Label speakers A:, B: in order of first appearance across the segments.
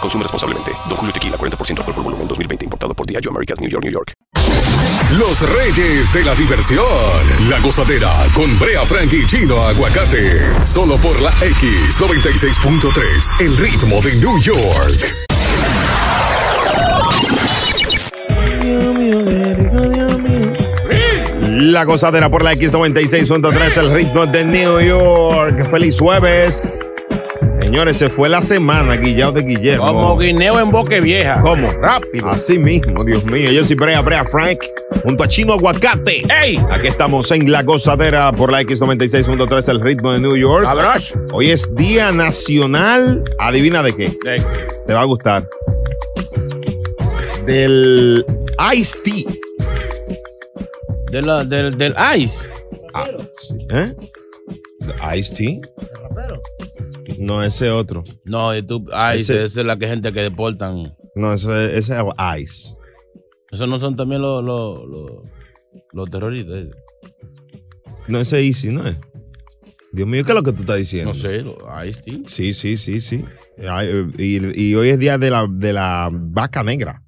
A: Consume responsablemente. Don Julio Tequila, 40% alcohol por volumen, 2020. Importado por Diageo Americas, New York, New York.
B: Los Reyes de la Diversión. La gozadera con Brea Frank y Chino Aguacate. Solo por la X96.3. El ritmo de New York.
C: La gozadera por la X96.3, el ritmo de New York. Feliz jueves. Señores, se fue la semana, Guillao de Guillermo.
D: Como guineo en boque vieja.
C: ¿Cómo? Rápido. Así mismo, Dios mío. Yo soy Brea Brea Frank, junto a Chino Aguacate.
D: ¡Ey!
C: Aquí estamos en La Gozadera por la X96.3, el ritmo de New York.
D: Abrazo.
C: Hoy es Día Nacional. ¿Adivina de qué?
D: Ey.
C: Te va a gustar. Del Ice Tea.
D: De la- del, del ice.
C: Ah, sí. ¿Eh? The Ice Tea. No, ese otro.
D: No, y tú, ice,
C: Ese-
D: esa es la que gente que deportan.
C: No, ese, ese es el Ice.
D: Esos no son también los, los, los, los terroristas. eh.
C: No, ese es Easy, ¿no es? Dios mío, ¿qué es lo que tú estás diciendo?
D: No sé, los ice, tío.
C: Sí, sí, sí, sí. Ay, eh, Y, y hoy es día de la, de la vaca negra.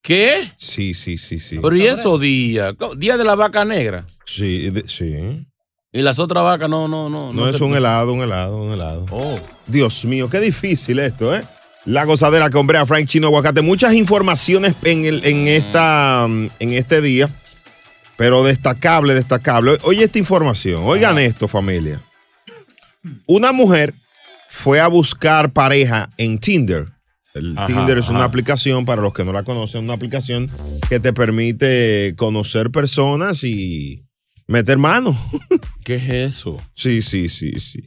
D: ¿Qué?
C: Sí, sí, sí, sí.
D: Pero y esos días. ¿Cómo? Día de la vaca negra.
C: Sí, de- sí.
D: Y las otras vacas no, no, no.
C: No,
D: se
C: es un
D: puso.
C: helado, un helado, un helado.
D: Oh.
C: Dios mío, qué difícil esto, ¿eh? La gozadera con Brea Frank Chino Aguacate. Muchas informaciones en, el- en,
D: Ah.
C: esta, mm, en este día, pero destacable, destacable. Oye esta información, oigan
D: Ah.
C: esto familia. Una mujer fue a buscar pareja en Tinder. El
D: Ajá,
C: Tinder es una
D: ajá.
C: aplicación, para los que no la conocen, una aplicación que te permite conocer personas y meter mano.
D: ¿Qué es eso?
C: Sí, sí, sí, sí.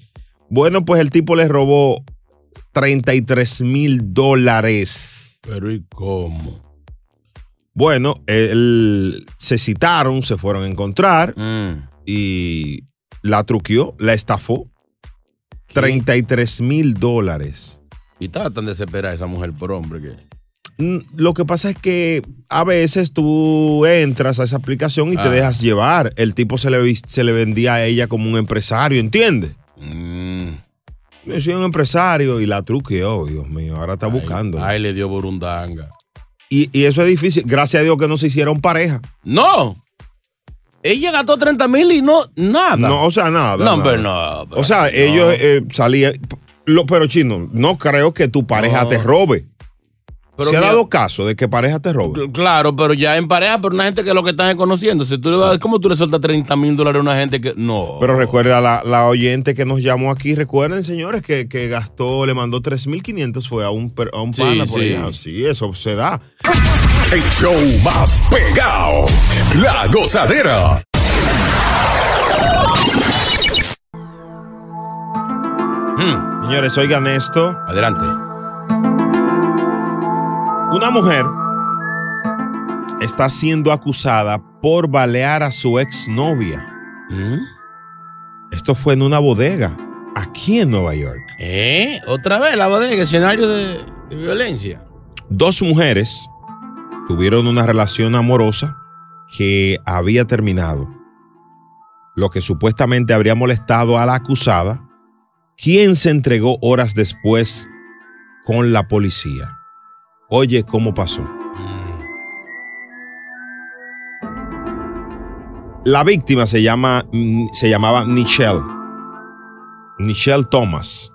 C: Bueno, pues el tipo les robó 33 mil dólares.
D: Pero ¿y cómo?
C: Bueno, él- se citaron, se fueron a encontrar
D: Mm.
C: y la truqueó, la estafó. 33 mil dólares.
D: Y estaba tan desesperada esa mujer por hombre que.
C: Mm, Lo que pasa es que a veces tú entras a esa aplicación y te
D: Ah.
C: dejas llevar. El tipo se le, vis- se le vendía a ella como un empresario, ¿entiendes?
D: Mm.
C: Yo soy un empresario y la truqueó, Dios mío. Ahora está
D: Ay,
C: buscando.
D: Ay, le dio burundanga.
C: Y, y eso es difícil. Gracias a Dios que no se hicieron pareja.
D: No. Ella gastó 30 mil y no, nada.
C: No, o sea, nada.
D: no,
C: nada.
D: pero no. Ah, pero
C: O sea,
D: así no.
C: ellos eh, salían. Lo, pero chino, no creo que tu pareja
D: No.
C: te robe.
D: Pero
C: se ha
D: que-
C: dado caso de que pareja te robe.
D: Claro, pero ya en pareja, pero una gente que lo que están es conociendo. Si tú le vas- ¿Cómo tú le sueltas 30 mil dólares a una gente que.? No.
C: Pero recuerda la, la oyente que nos llamó aquí. Recuerden, señores, que, que gastó, le mandó 3.500, fue a un, per- a un
D: Sí,
C: pana por
D: sí.
C: allá. Sí, eso se da.
B: El show más pegado. La gozadera.
D: Mm,
C: Hmm. Señores, oigan esto.
D: Adelante.
C: Una mujer está siendo acusada por balear a su exnovia.
D: Mm.
C: Esto fue en una bodega, aquí en Nueva York.
D: ¿Eh? Otra vez la bodega, escenario de, de violencia.
C: Dos mujeres tuvieron una relación amorosa que había terminado, lo que supuestamente habría molestado a la acusada, quien se entregó horas después con la policía. Oye, ¿cómo pasó? La víctima se, llama, mm, se llamaba Nichelle. Nichelle Thomas.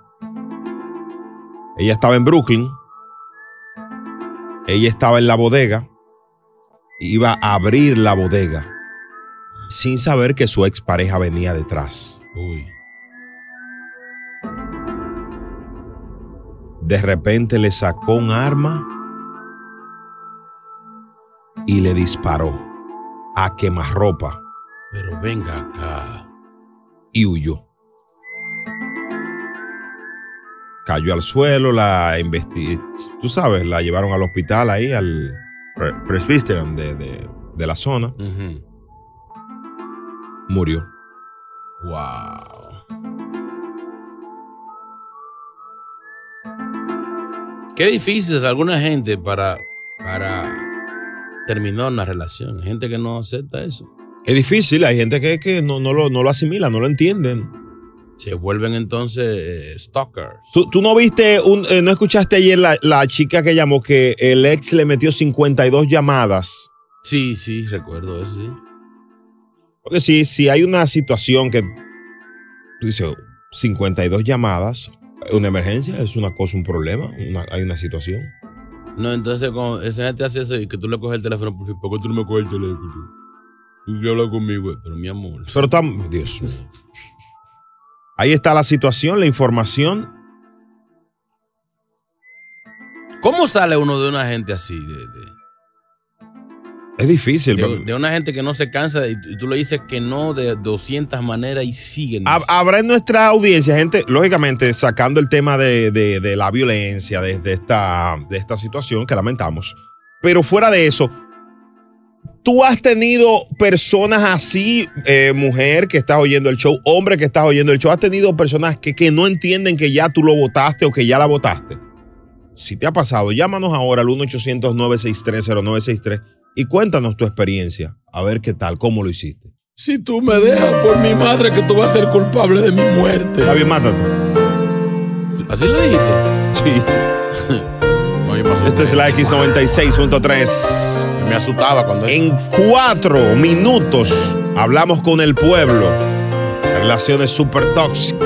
C: Ella estaba en Brooklyn. Ella estaba en la bodega. iba a abrir la bodega sin saber que su expareja venía detrás. De repente le sacó un arma y le disparó a quemarropa
D: Pero venga acá.
C: y huyó. Cayó al suelo, la investi- tú sabes, la llevaron al hospital ahí, al pre- presbyterian de- de- de la zona, murió.
D: Wow. Qué difícil es alguna gente para, para terminar una relación. Hay Gente que no acepta eso.
C: Es difícil, hay gente que, que no, no lo, no lo asimila, no lo entienden.
D: Se vuelven entonces eh, stalkers.
C: ¿Tú, tú no viste, un- eh, no escuchaste ayer la, la chica que llamó que el ex le metió 52 llamadas?
D: Sí, sí, recuerdo eso, sí.
C: Porque si, si hay una situación que tú dices 52 llamadas, una emergencia, es una cosa, un problema, una- hay una situación.
D: No, entonces cuando esa gente hace eso y que tú le coges el teléfono, por fin, ¿por qué tú no me coges el teléfono? Tú quieres hablar conmigo, eh, pero mi amor.
C: Pero estamos, Dios mío. Ahí está la situación, la información.
D: ¿Cómo sale uno de una gente así? De, de-
C: Es difícil.
D: de-
C: pero-
D: de una gente que no se cansa y tú, y tú le dices que no de 200 maneras y siguen.
C: Hab- Habrá en nuestra audiencia gente, lógicamente, sacando el tema de, de- de la violencia, de, de esta, de esta situación que lamentamos. Pero fuera de eso, tú has tenido personas así, eh, mujer que estás oyendo el show, hombre que estás oyendo el show, has tenido personas que, que no entienden que ya tú lo votaste o que ya la votaste. Si te ha pasado, llámanos ahora al 1-800-963-0963 y cuéntanos tu experiencia, a ver qué tal, cómo lo hiciste.
D: Si tú me dejas por mi madre que tú vas a ser culpable de mi muerte.
C: Está bien, mátate.
D: ¿Así lo dijiste?
C: Sí.
D: No, yo me asusté.
C: Esta es la X96.3.
D: Me asustaba cuando...
C: En cuatro minutos hablamos con el pueblo. Relaciones super tóxicas.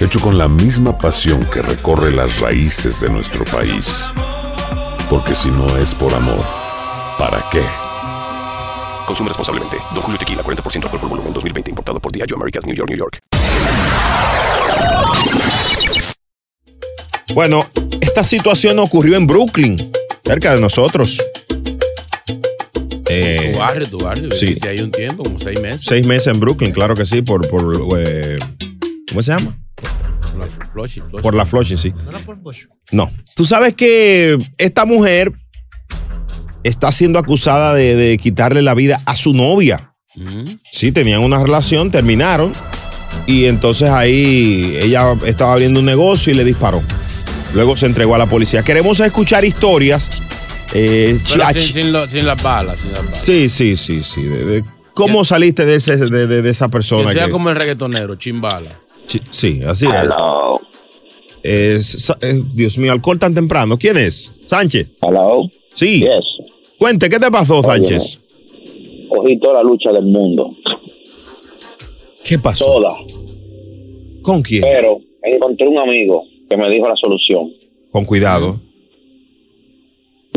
E: hecho con la misma pasión que recorre las raíces de nuestro país. Porque si no es por amor, ¿para qué?
A: Consume responsablemente. Don Julio Tequila, 40% alcohol por volumen, 2020. Importado por Diageo Americas, New York, New York.
C: Bueno, esta situación ocurrió en Brooklyn, cerca de nosotros. Eh,
D: Tu barrio, tu barrio.
C: sí.
D: Ya hay un tiempo, como seis meses.
C: seis meses en Brooklyn, claro que sí, por, por eh, ¿cómo se llama?
D: La flush, flush.
C: Por la Flushing, sí. No. Tú sabes que esta mujer está siendo acusada de, de quitarle la vida a su novia.
D: Mm.
C: Sí, tenían una relación, terminaron. Y entonces ahí ella estaba abriendo un negocio y le disparó. Luego se entregó a la policía. Queremos escuchar historias. eh,
D: Pero
C: chi-
D: sin, sin lo- sin las balas, sin las balas.
C: sí, sí, sí, sí. de- de- ¿Cómo saliste de, ese- de- de- de esa persona?
D: Que sea
C: que-
D: como el reggaetonero, chimbala.
C: Sí, sí, así es. Es- Sa- eh, Dios mío, alcohol tan temprano. ¿Quién es? Sánchez.
F: Hello.
C: Sí.
F: Yes.
C: Cuente, ¿qué te pasó,
F: Oye,
C: Sánchez?
F: Cogí toda la lucha del mundo.
C: ¿Qué pasó?
F: Toda.
C: ¿Con quién?
F: Pero encontré un amigo que me dijo la solución.
C: Con cuidado.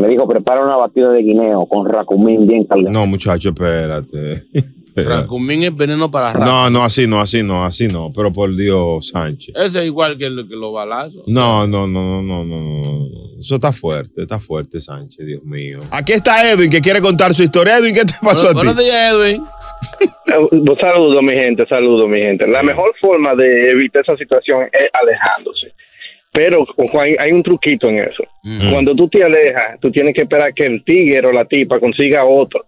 F: Me dijo, prepara una batida de guineo con racumín bien caliente.
C: No, muchacho, espérate. Espérate.
D: Racumín es veneno para ratas.
C: Eh. No, no, así no, así no, así no. Pero por Dios, Sánchez.
D: Ese es igual que, el- que los balazos.
C: No, no, no, no, no, no. no. Eso está fuerte, está fuerte, Sánchez, Dios mío. Aquí está Edwin que quiere contar su historia. Edwin, ¿qué te pasó
D: Bueno,
C: a
D: buenos
C: ti?
D: días, Edwin.
G: Eh, Saludos, mi gente, saludos, mi gente. La mejor forma de evitar esa situación es alejándose. Pero Juan, hay un truquito en eso. Cuando tú te alejas, tú tienes que esperar que el tigre o la tipa consiga otro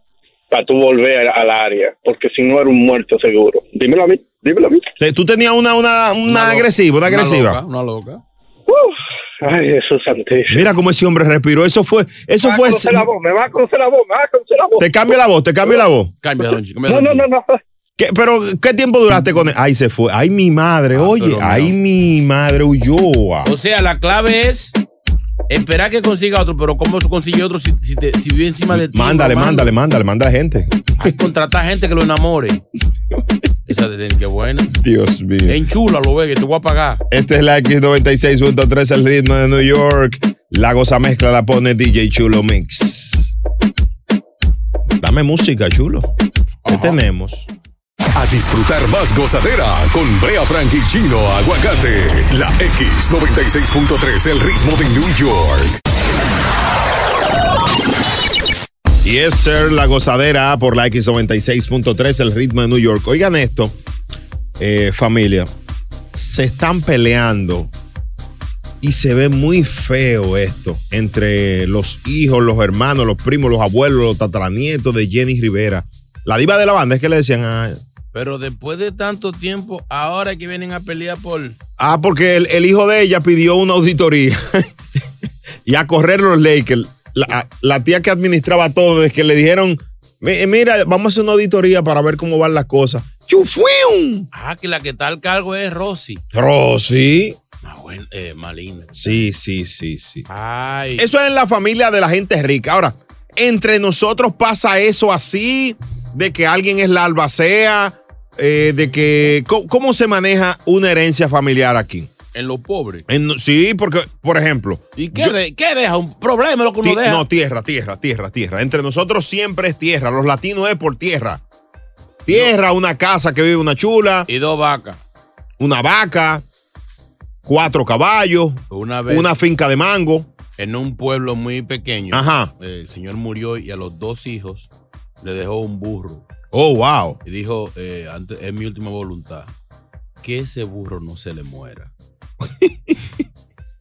G: para tú volver al área, porque si no era un muerto seguro. Dímelo a mí, dímelo a mí.
C: Te- Tú tenías una, una, una, agresiva, una agresiva.
D: Una loca.
G: Ay, Jesús santísimo.
C: Mira cómo ese hombre respiró. Eso fue, eso
G: Me va a
C: fue.
G: conocer la voz, me va a conocer la voz, me va a conocer la voz.
C: Te cambia la voz, te cambia la voz.
D: Cambia, Ronchi. Cambia,
G: No, no, no, no.
C: ¿Qué- pero, ¿qué tiempo duraste con él? Ay, se fue. Ay, mi madre, oye.
D: Ah, pero no.
C: Ay, mi madre huyó.
D: O sea, la clave es esperar que consiga otro, pero ¿cómo consigue otro si, si te- si vive encima de ti?
C: Mándale,
D: mamá?
C: mándale, mándale, mándale a gente.
D: Hay que contratar gente que lo enamore. Esa de que buena.
C: Dios mío.
D: Enchula, lo ve, que te voy a pagar.
C: Este es la X96.3, el ritmo de New York. La goza mezcla la pone DJ Chulo Mix. Dame música, chulo. ¿Qué tenemos?
B: A disfrutar más gozadera con Brea Frank y Chino Aguacate. La X96.3, el ritmo de New York.
C: Yes, sir, la gozadera por la X96.3, el ritmo de New York. Oigan esto, eh, familia. Se están peleando y se ve muy feo esto entre los hijos, los hermanos, los primos, los abuelos, los tataranietos de Jenny Rivera. La diva de la banda es que le decían "Ah, a.
D: Pero después de tanto tiempo, ahora que vienen a pelear por.
C: Ah, porque el, el hijo de ella pidió una auditoría y a correr los Lakers. La, la tía que administraba todo, desde que le dijeron, "Mi- mira, vamos a hacer una auditoría para ver cómo van las cosas. ¡Chufium!
D: Ah, que la que está al cargo es Rosy.
C: Rosy.
D: Ah, bueno, eh, Malina. Ah,
C: Sí, sí, sí, sí.
D: Ay.
C: Eso es en la familia de la gente rica. Ahora, entre nosotros pasa eso así, de que alguien es la albacea, eh, de que... ¿cómo- ¿Cómo se maneja una herencia familiar aquí?
D: En los pobres.
C: En- sí, porque, por ejemplo,
D: ¿Y qué, de- qué deja? Un problema es lo que uno
C: Ti-
D: deja.
C: No, tierra, tierra, tierra, tierra. Entre nosotros siempre es tierra. Los latinos es por tierra. Tierra, una casa que vive una chula,
D: Y dos vacas.
C: una vaca, cuatro caballos,
D: Una vez.
C: una finca de mango.
D: en un pueblo muy pequeño.
C: Ajá.
D: eh, el señor murió y a los dos hijos le dejó un burro.
C: Oh, wow.
D: Y dijo, eh, antes, es mi última voluntad, que ese burro no se le muera.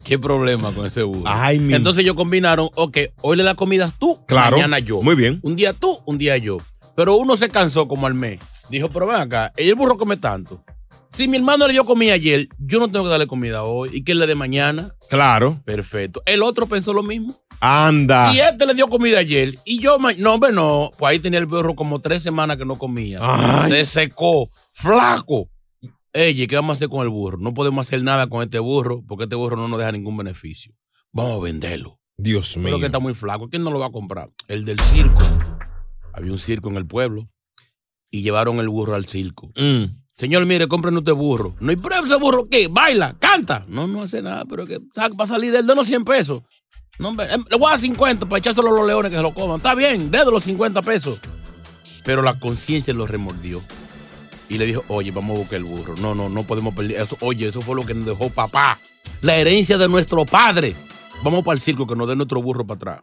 D: ¿Qué problema con ese burro?
C: Ay, mi-
D: Entonces ellos combinaron, ok, hoy le da comidas tú,
C: Claro.
D: mañana yo.
C: Muy bien.
D: Un día tú, un día yo. Pero uno se cansó como al mes. Dijo, pero ven acá, el burro come tanto. Si mi hermano le dio comida ayer, yo no tengo que darle comida hoy. ¿Y que le dé mañana?
C: Claro.
D: Perfecto. El otro pensó lo mismo.
C: Anda.
D: Si este le dio comida ayer y yo, ma- no, hombre, no, pues ahí tenía el burro como tres semanas que no comía.
C: Ay.
D: Se secó, flaco. Ey, ¿qué vamos a hacer con el burro? No podemos hacer nada con este burro porque este burro no nos deja ningún beneficio. Vamos a venderlo.
C: Dios mío.
D: Pero que está muy flaco. ¿Quién no lo va a comprar? El del circo. Había un circo en el pueblo y llevaron el burro al circo.
C: Mm.
D: Señor, mire, cómprenle usted burro. No, ¿y pero ese burro qué? ¿Baila? ¿Canta? No, no hace nada, pero que sa- va a salir del dedo 100 pesos. No, hombre, em, le voy a dar 50 para echárselo a los leones que se lo coman. Está bien, dedo los 50 pesos. Pero la conciencia lo remordió. Y le dijo, oye, vamos a buscar el burro. No, no, no podemos perder eso. Oye, eso fue lo que nos dejó papá. La herencia de nuestro padre. Vamos para el circo que nos dé nuestro burro para atrás.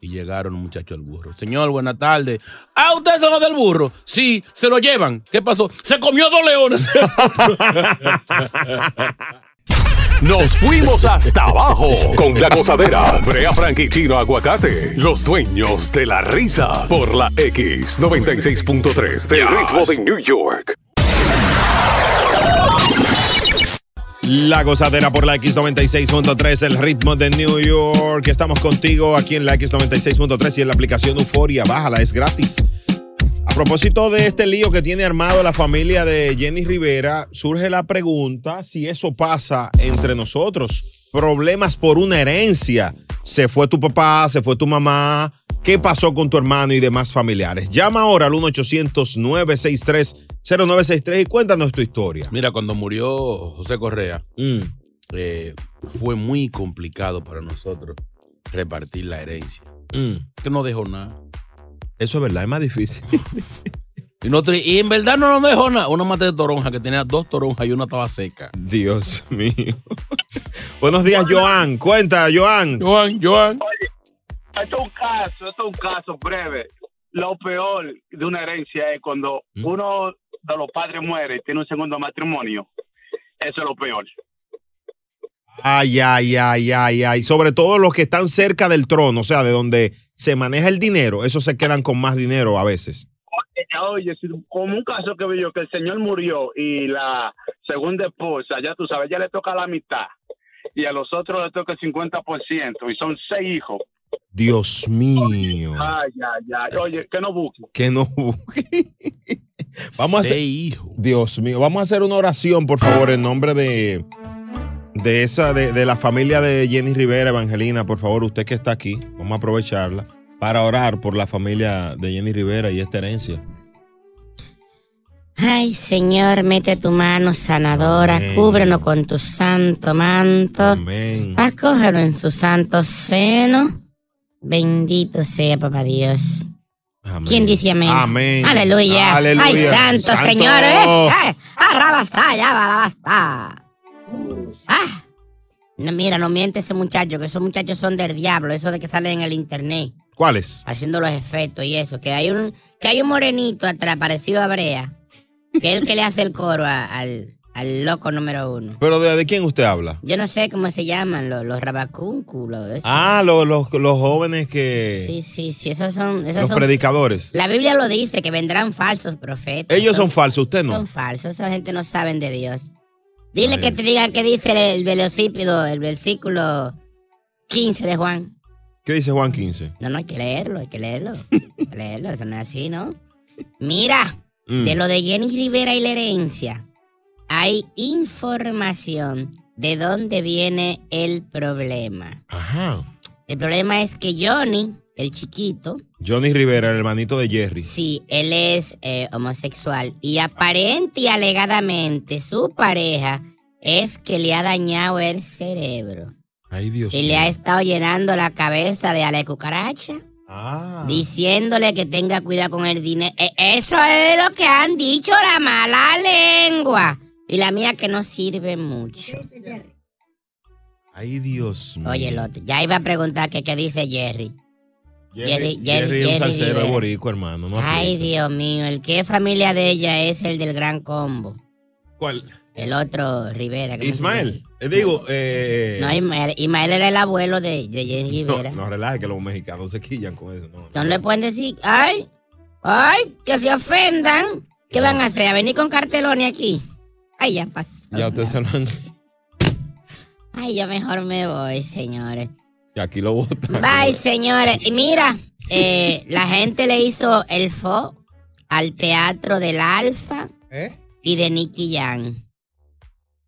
D: Y llegaron muchachos al burro. Señor, buenas tardes. Ah, ¿usted se lo del burro? Sí, se lo llevan. ¿Qué pasó? Se comió dos leones.
B: Nos fuimos hasta abajo con la gozadera. Brea Frank y Chino Aguacate, los dueños de la risa. Por la X96.3, el ritmo de New York.
C: La gozadera por la X96.3, el ritmo de New York. Estamos contigo aquí en la X96.3 y en la aplicación Euforia. Bájala, es gratis. A propósito de este lío que tiene armado la familia de Jenny Rivera, surge la pregunta si eso pasa entre nosotros. Problemas por una herencia. Se fue tu papá, se fue tu mamá. ¿Qué pasó con tu hermano y demás familiares? Llama ahora al 1-800-963-0963 y cuéntanos tu historia.
D: Mira, cuando murió José Correa,
C: Mm.
D: eh, fue muy complicado para nosotros repartir la herencia. Que no dejó nada.
C: Mm. Eso es verdad, es más difícil.
D: Y, nosotros- y en verdad no nos dejó nada. Una mata de toronja que tenía dos toronjas y una estaba seca.
C: Dios mío. Buenos días, Joan. Cuenta, Joan.
D: Joan, Joan.
H: Esto es un caso, esto es un caso breve. Lo peor de una herencia es cuando uno de los padres muere y tiene un segundo matrimonio. Eso es lo peor.
C: Ay, ay, ay, ay, ay. Sobre todo los que están cerca del trono, o sea, de donde se maneja el dinero, esos se quedan con más dinero a veces.
H: Eh, Oye, si- como un caso que vi yo, que el señor murió y la segunda esposa, ya tú sabes, ya le toca la mitad y a los otros le toca el 50% y son seis hijos.
C: Dios mío.
H: Ay, ay, ay. Oye, que no busquen.
C: Que no busque. Vamos a hacer. Dios mío, vamos a hacer una oración, por favor, en nombre de, de esa, de, de la familia de Jenny Rivera, Evangelina, por favor, usted que está aquí, vamos a aprovecharla para orar por la familia de Jenny Rivera y esta herencia.
I: Ay, Señor, mete tu mano sanadora, cúbrenos con tu santo manto. Acógenos en su santo seno. Bendito sea, papá Dios. ¿Quién dice amén?
C: Amén.
I: Aleluya.
C: Aleluya.
I: Ay, santo,
C: Santo.
I: Señor. ¿eh? Eh, Arrabastá, ya va, arrabastá. Ah. No, mira, no miente ese muchacho, que esos muchachos son del diablo, eso de que salen en el internet,
C: ¿Cuáles?
I: haciendo los efectos y eso, que hay un, que hay un morenito atrás parecido a Brea, que es el que le hace el coro a- al, al loco número uno.
C: ¿Pero de, de quién usted habla?
I: Yo no sé cómo se llaman los, los rabacúnculos. eso.
C: Ah, los, los, los jóvenes que.
I: Sí, sí, sí, esos son... Esos
C: los
I: son-
C: predicadores.
I: La Biblia lo dice, que vendrán falsos profetas.
C: Ellos son falsos, usted no. Ah,
I: Son falsos, esa gente no saben de Dios. Dile que te digan qué dice el velocípido, el versículo 15 de Juan.
C: ¿Qué dice Juan 15?
I: No, no, hay que leerlo, hay que leerlo. Hay que leerlo, eso no es así, ¿no? Mira,
C: Mm.
I: de lo de Jenny Rivera y la herencia, hay información de dónde viene el problema.
C: Ajá.
I: El problema es que Johnny, el chiquito,
C: Johnny Rivera, el hermanito de Jerry.
I: Sí, él es eh, homosexual y aparente y alegadamente su pareja es que le ha dañado el cerebro
C: Ay, Dios
I: y le ha estado llenando la cabeza de ale cucaracha
C: Ah.
I: diciéndole que tenga cuidado con el dinero. E- eso es lo que han dicho la mala lengua y la mía que no sirve mucho.
C: Ay, Dios mío.
I: Oye, el otro, ya iba a preguntar que qué dice Jerry.
C: Jerry,
I: Jerry-
C: Jerry, es un
I: Jerry
C: salsero
I: Rivera.
C: es borico, hermano. No
I: Ay,
C: aprieta.
I: Dios mío, el que es familia de ella es el del gran combo.
C: ¿Cuál?
I: El otro Rivera. ¿cómo se
C: Ismael. Eh, Digo, eh.
I: No, Ismael, Ismael era el abuelo de, de Jenny
C: no,
I: Rivera. No,
C: no, relaje que los mexicanos se quillan con eso. No,
I: le pueden decir, ay, ay, que se ofendan. ¿Qué van a hacer? ¿A venir con cartelones aquí? Ay, ya pasó.
C: Ya ustedes se lo han.
I: Ay, yo mejor me voy, señores.
C: Y aquí lo votan.
I: Bye, señores. Y mira, eh, la gente le hizo el fo al teatro del Alfa y de Nicky Jam.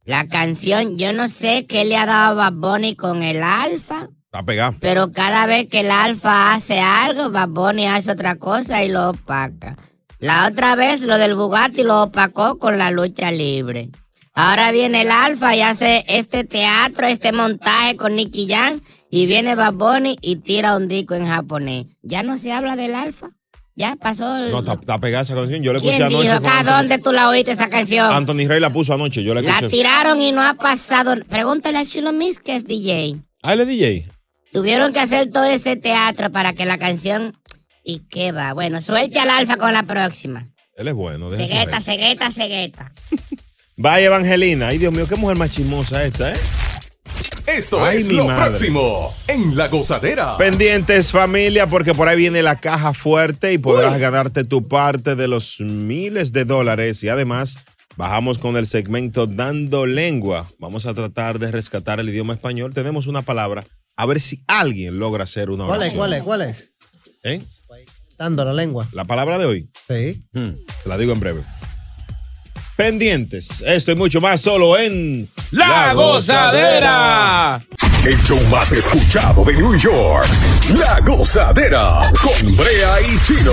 I: La canción, yo no sé qué le ha dado a Bad Bunny con el Alfa.
C: Está pegado.
I: Pero cada vez que el alfa hace algo, Bad Bunny hace otra cosa y lo opaca. La otra vez lo del Bugatti lo opacó con la lucha libre. Ahora viene el alfa y hace este teatro, este montaje con Nicky Jam y viene Bad Bunny y tira un disco en japonés. Ya no se habla del alfa. Ya pasó el...
C: No, está, está pegada esa canción. Yo la escuché
I: ¿Quién dijo?
C: anoche. con
I: ¿Acá
C: Anthony-
I: dónde tú la oíste esa canción?
C: Anthony Rey la puso anoche. Yo la
I: la
C: escuché.
I: tiraron y no ha pasado. Pregúntale a Chulo Mix, que es DJ.
C: Ah, le DJ.
I: Tuvieron que hacer todo ese teatro para que la canción. ¿Y qué va? Bueno, suelte al alfa con la próxima.
C: Él es bueno. déjese
I: Cegueta,
C: reír.
I: cegueta, cegueta.
C: Vaya, Evangelina. Ay, Dios mío, qué mujer más chismosa esta, ¿eh?
B: Esto
C: Ay,
B: es
C: mi
B: lo
C: madre.
B: próximo en La Gozadera.
C: Pendientes familia, porque por ahí viene la caja fuerte y podrás ganarte tu parte de los miles de dólares. Y además, bajamos con el segmento Dando Lengua. Vamos a tratar de rescatar el idioma español. Tenemos una palabra. A ver si alguien logra hacer una
J: ¿Cuál es?
C: oración.
J: ¿Cuál es? ¿Cuál es?
C: ¿Eh?
J: Dando la lengua.
C: La palabra de hoy. Hmm.
J: Sí.
C: Te la digo en breve. Pendientes. Esto y mucho más solo en
D: ¡La gozadera!
B: El show más escuchado de New York. La Gozadera con Brea y Chino.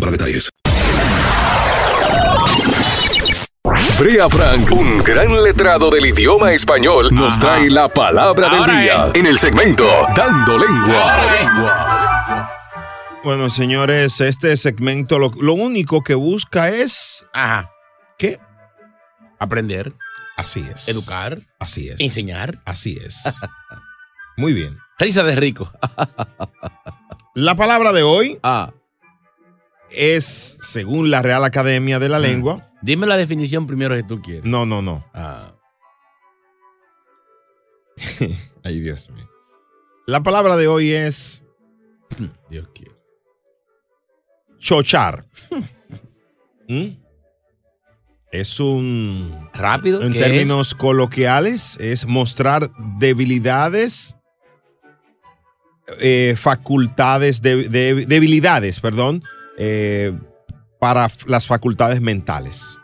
K: para detalles.
B: Brea Frank, un gran letrado del idioma español, nos trae la palabra
C: Ahora
B: del día en el segmento Dando Lengua.
C: Bueno, señores, este segmento lo, lo único que busca es. ¿Qué?
D: Aprender.
C: Así es.
D: Educar.
C: Así es.
D: Enseñar.
C: Así es. Muy bien.
D: Risa de rico. Ah.
C: La palabra de hoy es, según la Real Academia de la Lengua.
D: Ah. Dime la definición primero si tú Ah. quieres.
C: No, no, no. Ay, Dios mío. La palabra de hoy es.
D: Dios
C: Chochar. ¿Mm? Es un.
D: Rápido.
C: En
D: ¿qué es?
C: términos coloquiales, es mostrar debilidades, eh, facultades, de, de- debilidades, perdón, eh, para f- las facultades mentales.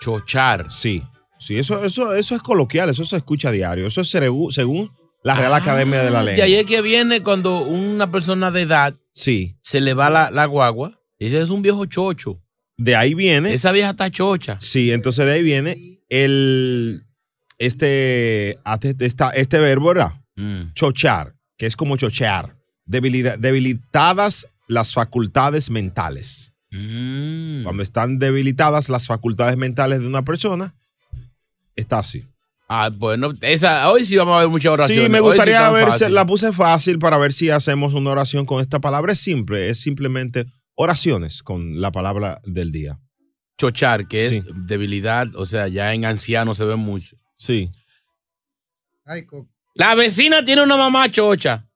D: Chochar.
C: Sí, sí, eso, eso, eso es coloquial, eso se escucha a diario, eso es segu- según la Real Academia de la
D: Ah, Y
C: Lengua.
D: Mm, ahí es que viene cuando una persona de edad
C: Sí,
D: se le va la, la guagua. Ese es un viejo chocho.
C: de ahí viene.
D: Esa vieja está chocha.
C: Sí, entonces de ahí viene el este, este, esta- este verbo, ¿verdad?
D: Mm.
C: Chochar, que es como chochear. Debilida- debilitadas las facultades mentales.
D: Mm.
C: Cuando están debilitadas las facultades mentales de una persona, está así.
D: Ah, bueno, esa, hoy sí vamos a ver muchas oraciones.
C: Sí, me
D: Hoy
C: gustaría
D: tan
C: ver, se-
D: fácil.
C: la puse fácil para ver si hacemos una oración con esta palabra. Es simple, es simplemente oraciones con la palabra del día.
D: Chochar, que es
C: Sí.
D: debilidad, o sea, ya en ancianos se ve mucho.
C: Sí.
D: La vecina tiene una mamá chocha.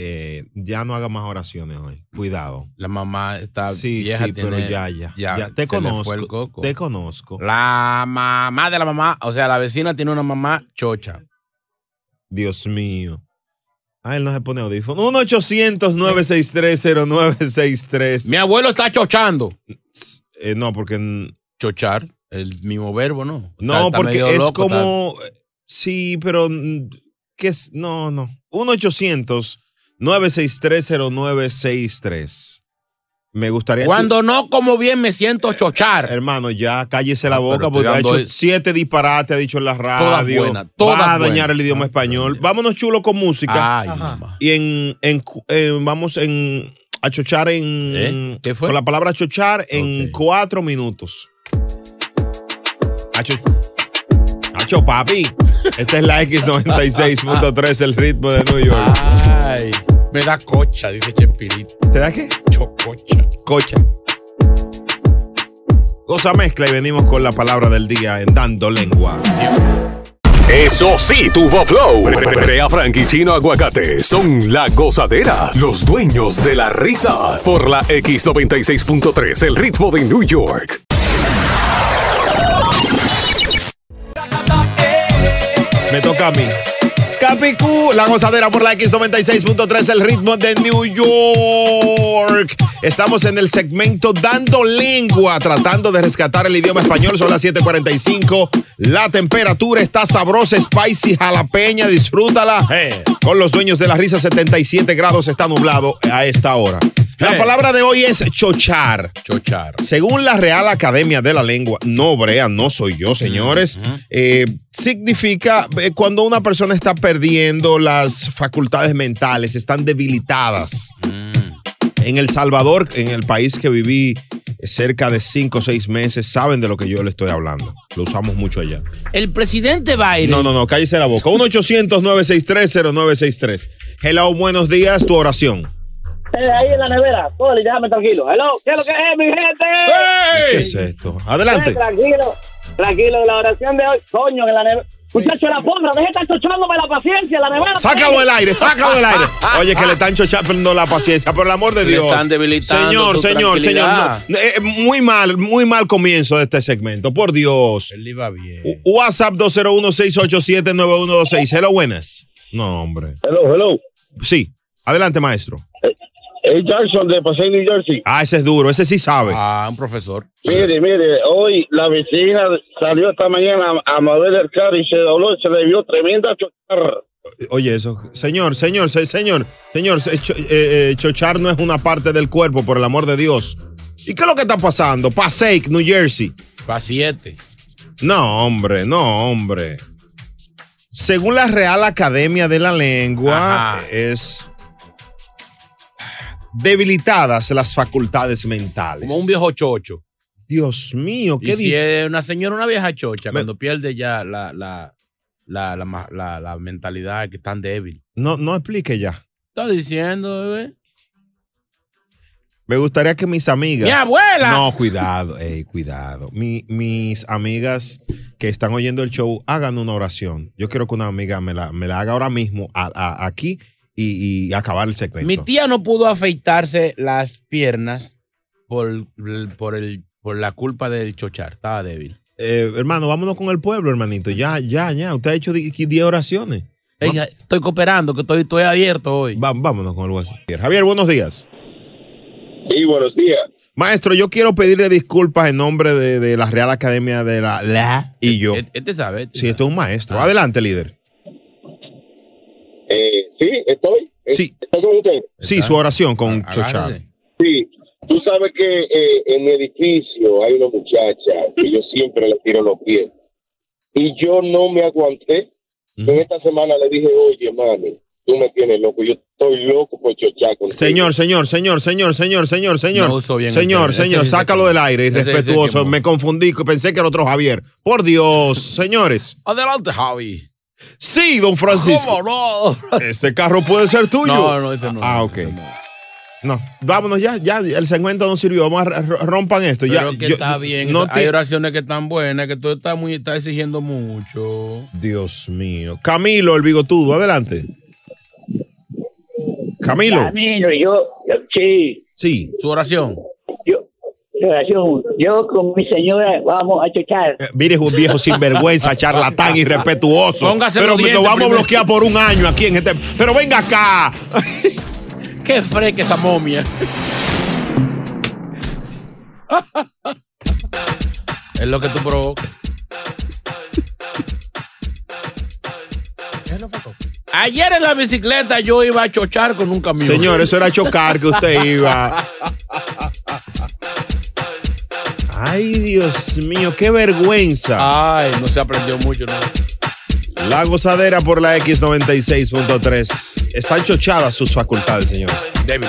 C: Eh, ya no haga más oraciones hoy. Cuidado.
D: La mamá está
C: Sí,
D: vieja.
C: sí, pero
D: tiene-
C: ya, ya,
D: ya,
C: ya. Te
D: se le fue el
C: conozco.
D: coco.
C: Te conozco.
D: La mamá de la mamá, o sea, la vecina tiene una mamá chocha.
C: Dios mío. Ah, él no se pone audífono. 1 800 963
D: Mi abuelo está chochando.
C: Eh, no, porque. n-
D: Chochar, el mismo verbo, ¿no?
C: No,
D: Está- está
C: porque
D: medio
C: es
D: loco, está-
C: como. Sí, pero. mm, ¿Qué es? No, no. 1 800 963 Me gustaría.
D: Cuando no como bien me siento chochar.
C: Hermano, ya cállese la
D: No, Ah,
C: boca
D: pero estoy
C: porque ha
D: dando
C: hecho
D: el-
C: siete disparates, ha dicho en la
D: Todas
C: radio.
D: buenas, todas
C: va a
D: buenas. Ah,
C: dañar el idioma español. Vámonos chulo con música.
D: Ay, mamá.
C: Y en, en cu- eh, vamos en a chochar en
D: ¿Eh? ¿Qué fue?
C: con la palabra chochar en cuatro minutos. Acho, acho, papi. Esta es la X96.3, el ritmo de New York.
D: Ay, me da cocha, dice Chespirito.
C: ¿Te da qué? Chococha. Cocha. Cosa mezcla y venimos con la palabra del día en Dando Lengua.
B: Eso sí, tuvo flow. Brea Frank y Chino Aguacate son la gozadera, los dueños de la risa. Por la X96.3, el ritmo de New York.
C: Me toca a mí. Capicú, la gozadera por la X96.3, el ritmo de New York. Estamos en el segmento Dando Lengua, tratando de rescatar el idioma español. Son las 7:45. La temperatura está sabrosa, spicy, jalapeña. Disfrútala. Con los dueños de la risa, 77 grados está nublado a esta hora. La palabra de hoy es chochar.
D: Chochar.
C: Según la Real Academia de la Lengua, no brea, no soy yo, señores, eh, significa eh, cuando una persona está perdiendo las facultades mentales, están debilitadas. En El Salvador, en el país que viví cerca de cinco o seis meses, saben de lo que yo le estoy hablando. Lo usamos mucho allá.
D: El presidente Biden.
C: No, no, no, cállese la boca. 1-800-963-0963. Hello, buenos días, tu oración.
L: Eh, ahí en la nevera, Poli, déjame tranquilo. Hello, ¿qué es lo que es, mi gente?
C: ¿Qué es esto? Adelante.
L: Eh, tranquilo, tranquilo, la oración de hoy, coño, en la nevera. Muchacho, en la porra, deje de estar chochándome la paciencia en la nevera.
C: Sácalo del aire, sácalo del aire. Oye, que le están chochando la paciencia, por el amor de
D: Le
C: Dios.
D: están debilitando
C: Señor,
D: su
C: señor, señor.
D: tranquilidad.
C: no. Eh, eh, muy mal, muy mal comienzo de este segmento, por Dios.
D: Él iba bien.
C: U- WhatsApp 201-687-9126. Hello, buenas. No, hombre.
M: Hello, hello.
C: Sí, adelante, maestro.
M: Hey Jackson de Paseo New Jersey.
C: Ah, ese es duro, ese sí sabe.
D: Ah, un profesor.
M: Mire, mire, hoy la vecina salió esta mañana a mover el carro y se dobló y se le vio tremenda chocar.
C: Oye, eso. Señor, señor, se- señor, señor, se- cho- eh, eh, chochar no es una parte del cuerpo, por el amor de Dios. ¿Y qué es lo que está pasando? Passaic, New Jersey.
D: Pa' siete.
C: No, hombre, no, hombre. Según la Real Academia de la Lengua, es debilitadas las facultades mentales.
D: Como un viejo chocho.
C: Dios mío,
D: Y
C: qué
D: si
C: difícil.
D: es una señora, una vieja chocha, cuando pierde ya la, la, la, la, ma- la- la mentalidad que es tan débil.
C: No, no explique ya.
D: Estás diciendo, eh, bebé.
C: Me gustaría que mis amigas.
D: ¡Mi abuela!
C: No, cuidado, ey, cuidado. Mi- mis amigas que están oyendo el show, hagan una oración. Yo quiero que una amiga me la, me la haga ahora mismo a- a- aquí y, y acabar el segmento.
D: Mi tía no pudo afeitarse las piernas por, el- por, el, por la culpa del chochar. Estaba débil.
C: Eh, hermano, vámonos con el pueblo, hermanito. Ya, ya, ya. Usted ha hecho di- 10 oraciones.
D: Ey, estoy cooperando, que estoy, estoy abierto hoy.
C: vámonos con el WhatsApp. Javier, buenos días.
M: Sí, buenos días.
C: Maestro, yo quiero pedirle disculpas en nombre de, de la Real Academia de la LA y yo.
D: Este sabe. Ah.
C: Sí, esto E-, es un maestro. Adelante, líder.
M: Eh, sí, estoy.
C: Sí.
M: ¿Está con usted?
C: Sí, su oración con Chochar.
M: Sí. Tú sabes que eh, en mi edificio hay una muchacha que yo siempre le tiro los pies. Y yo no me aguanté. En esta semana le dije, oye, mami, tú me tienes loco. Yo estoy loco por chochar con
C: Señor, señor, señor, señor, señor, señor, señor.
D: No uso bien el
C: señor,
D: término. Ese
C: señor,
D: sí se
C: sácalo
D: quemó.
C: del aire,
D: Ese sí se
C: irrespetuoso.
D: quemó.
C: Me confundí, pensé que era otro Javier. Por Dios, señores.
D: Adelante, Javi.
C: Sí, don Francisco.
D: ¿Cómo
C: Este carro puede ser tuyo.
D: No, no, ese no.
C: Ah, ok. No, vámonos ya, ya, el segmento no sirvió. Vamos a r- rompan esto.
D: Pero
C: ya,
D: que
C: yo-
D: está bien.
C: no
D: hay
C: te-
D: oraciones que están buenas, que tú estás, muy, estás exigiendo mucho.
C: Dios mío. Camilo, el bigotudo, adelante. Camilo.
N: Camilo, yo, yo sí.
C: Sí.
D: Su oración.
N: Yo, oración, yo con mi señora vamos a chochar.
C: Eh, Mire, es un viejo sinvergüenza, charlatán, irrespetuoso.
N: Póngase
C: Pero
N: los
C: lo
N: dientes
C: vamos a
N: primero.
C: bloquear por un año aquí en este. Pero venga acá.
D: Qué fresca esa momia. es lo que tú provocas. Ayer en la bicicleta yo iba a chochar con un camión.
C: Señor, eso era chocar que usted iba. Ay, Dios mío, qué vergüenza.
D: Ay, no se aprendió mucho, ¿no?
C: La gozadera por la X96.3. Están chochadas sus facultades, señor.
D: Débil.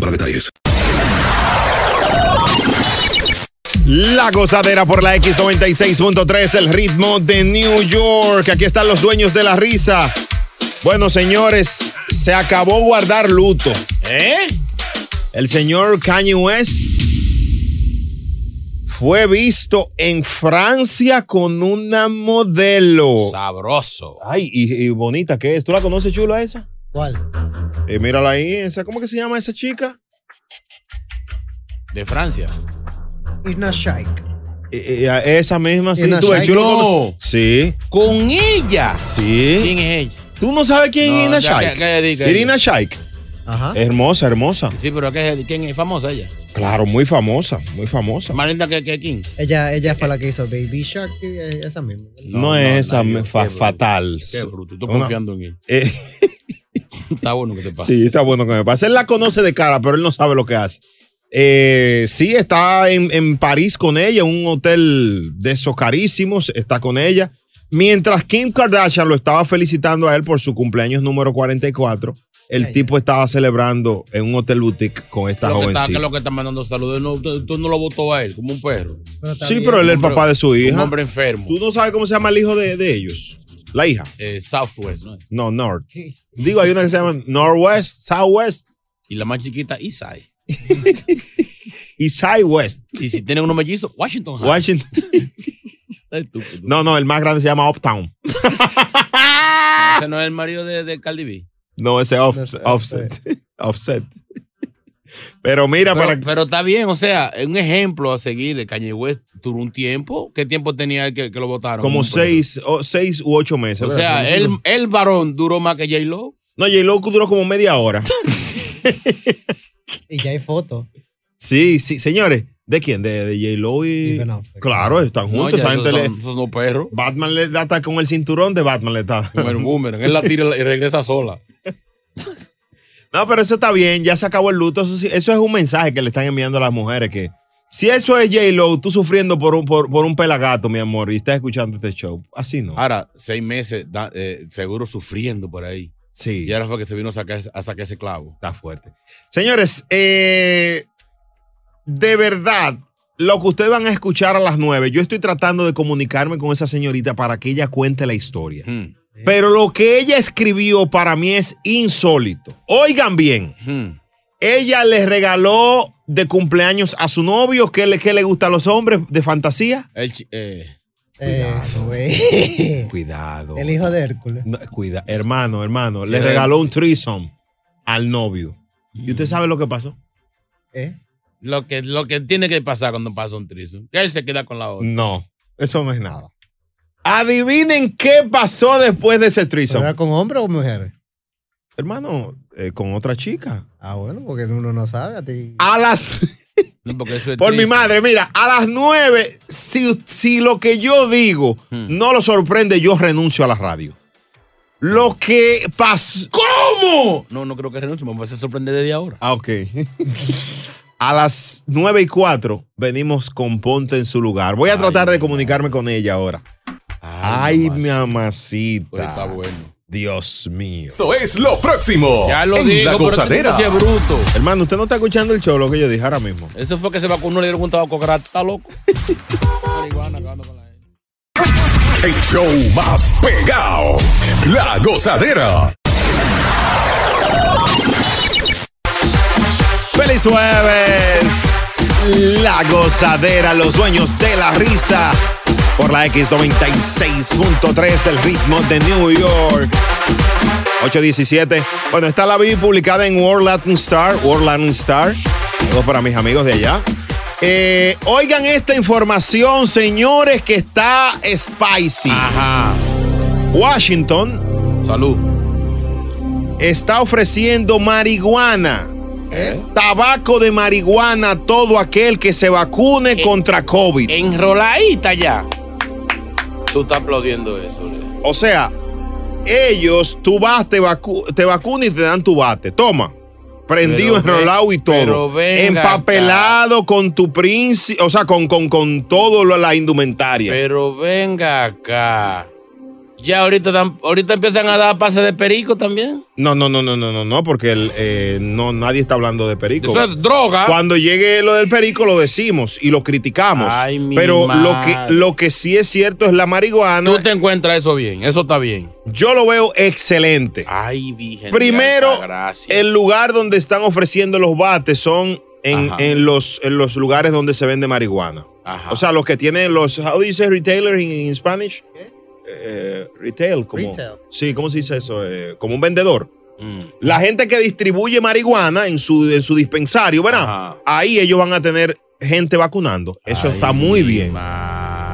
K: para detalles.
C: La gozadera por la X96.3, el ritmo de New York. Aquí están los dueños de la risa. Bueno, señores, se acabó guardar luto. ¿Eh? El señor Kanye West fue visto en Francia con una modelo.
D: Sabroso.
C: Ay, y, y bonita que es. ¿Tú la conoces, chula, esa?
D: ¿Cuál?
C: Eh, mírala ahí. Esa, ¿Cómo que se llama esa chica?
D: De Francia.
O: Irna Shayk.
C: Eh, eh, esa misma, sí.
D: Esa
C: Tú, ves,
D: Shai-
C: yo lo
D: No.
C: conozco. Sí.
D: ¿Con ella?
C: Sí.
D: ¿Quién es ella?
C: ¿Tú no sabes quién
D: No,
C: es Irina
D: ya,
C: Shayk?
D: que- que diga,
C: Irina
D: diga.
C: Shayk.
D: Ah.
O: Ajá.
C: Hermosa, hermosa.
D: Sí, pero ¿qué es ella? ¿quién es famosa ella?
C: Claro, muy famosa, muy famosa.
D: Más linda que, que King.
O: Ella, ella fue la que hizo Baby Shark, y eh, esa misma.
C: No, es esa fa- fatal.
D: Qué bruto, estoy
C: Una-
D: confiando en él.
C: Eh,
D: Está bueno que te pase.
C: sí, está bueno que me pase. Él la conoce de cara, pero él no sabe lo que hace. Eh, sí, está en, en París con ella, un hotel de esos carísimos, está con ella. Mientras Kim Kardashian lo estaba felicitando a él por su cumpleaños número 44, el tipo estaba celebrando en un hotel boutique con esta
D: Lo que, está, que
C: jovencita.
D: lo que está mandando saludos, no, tú, tú no lo votó a él, como un perro.
C: Sí, pero él es el
D: Hombre-
C: papá de su hija.
D: Un hombre enfermo.
C: ¿Tú no sabes cómo se llama el hijo de, de ellos? La hija.
D: Eh, Southwest, ¿no?
C: No, North. Digo, hay una que se llama Northwest, Southwest
D: Y la más chiquita, Isai.
C: y Southwest.
D: Y si tienen uno mellizo, Washington High.
C: Washington. No, no, el más grande se llama Uptown. ¡Ah!
D: Ese no es el marido de, de Cardi B.
C: No, ese off- offset. offset. Pero mira,
D: pero,
C: para
D: pero está bien, o sea, es un ejemplo a seguir. El Kanye West duró un tiempo. ¿Qué tiempo tenía él que, que lo votaron?
C: como seis, o- seis u ocho meses.
D: O
C: ¿verdad?
D: sea,
C: Sí,
D: el,
C: sí.
D: el varón duró más que J-Lo.
C: No, J-Lo duró como media hora.
O: Y ya hay fotos.
C: Sí, sí, señores. ¿De quién? De, de J-Lo y... Claro, están
D: No,
C: juntos.
D: ya
C: esa
D: esos
C: gente le-
D: son- esos son perros.
C: Batman le da hasta con el cinturón de Batman. Le da.
D: Como el boomerang. Él la tira y regresa sola.
C: No, pero eso está bien, ya se acabó el luto. Eso, sí- eso es un mensaje que le están enviando a las mujeres que si eso es J-Lo, tú sufriendo por un, por, por un pelagato, mi amor, y estás escuchando este show. Así no.
D: Ahora, seis meses, da- eh, seguro sufriendo por ahí.
C: Sí.
D: Y ahora fue que se vino a sacar, a sacar ese clavo.
C: Está fuerte. Señores, eh, de verdad, lo que ustedes van a escuchar a las 9, yo estoy tratando de comunicarme con esa señorita para que ella cuente la historia.
D: Hmm,
C: Pero lo que ella escribió para mí es insólito. Oigan bien.
D: hmm.
C: Ella le regaló de cumpleaños a su novio. ¿Qué le, qué le gusta a los hombres de fantasía?
D: El chi- eh,
O: Eso, güey.
C: Cuidado.
O: El hijo de Hércules.
C: No, cuida, hermano, hermano.
D: Sí,
C: le
D: era-
C: regaló un threesome al novio. ¿Y usted sabe lo que pasó?
D: Lo que, lo que tiene que pasar cuando pasa un trizo. Que él se queda con la otra.
C: No, eso no es nada. Adivinen qué pasó después de ese threesome.
O: ¿Era con hombre o mujer?
C: Hermano, eh, con otra chica.
O: Ah, bueno, porque uno no sabe a ti.
C: A las. Por mi madre, mira, a las nueve, si, si lo que yo digo
B: Hmm.
C: no lo sorprende, yo renuncio a la radio. Lo que pasó. ¿Cómo?
D: No, no creo que renuncie. Me va a hacer sorprender desde ahora.
C: Ah, ok. A las nueve y cuatro venimos con Ponte en su lugar. Voy a tratar de comunicarme con ella ahora. Ay, mi amacita. Dios mío.
B: Esto es lo próximo.
C: Ya
D: lo
B: en
D: digo,
B: la
D: pero este
B: gozadera.
D: tipo sí es bruto.
C: Hermano, usted no está escuchando el show, lo que yo dije ahora mismo.
D: Eso fue que se vacunó, le dieron un tabaco gratis. Está loco.
B: El show más pegado. La gozadera.
C: ¡Feliz jueves! La gozadera, los dueños de la risa. Por la X96.3, el ritmo de New York. 817. Bueno, está la vi publicada en World Latin Star. World Latin Star. Saludos para mis amigos de allá. Eh, oigan esta información, señores, que está spicy. Ajá. Washington. Salud. Está ofreciendo marihuana. Tabaco de marihuana a todo aquel que se vacune contra COVID.
D: Enroladita ya. Tú estás aplaudiendo eso. Leo.
C: O sea, ellos, tú vas, te, vacu- te vacunas y te dan tu bate. Toma. Prendido,
D: Pero ve-
C: enrolado y
D: pero
C: todo.
D: venga
C: Empapelado con tu príncipe, o sea, con, con, con todo lo- la indumentaria.
D: Pero venga acá. Ya ahorita, dan- ahorita empiezan a dar pase de perico también.
C: No, no, no, no, no, no, no, porque el, eh, no, nadie está hablando de perico.
D: Eso es droga.
C: Cuando llegue lo del perico lo decimos y lo criticamos.
D: Ay, mi
C: Pero lo
D: madre.
C: que, lo que sí es cierto es la marihuana.
D: Tú te encuentras eso bien, eso está bien.
C: Yo lo veo excelente.
D: Ay, Virgen. de
C: Primero,
D: Alta Gracia.
C: el lugar donde están ofreciendo los bates son en,
D: Ajá.
C: en los, en los lugares donde se vende marihuana. O sea, los que tienen los, how dice retailer en Spanish? Eh, retail, como,
O: Retail.
C: sí, ¿cómo se dice eso? Eh, como un vendedor.
D: Mm.
C: La gente que distribuye marihuana en su, en su dispensario, ¿verdad? Ahí ellos van a tener gente vacunando. Eso está muy bien.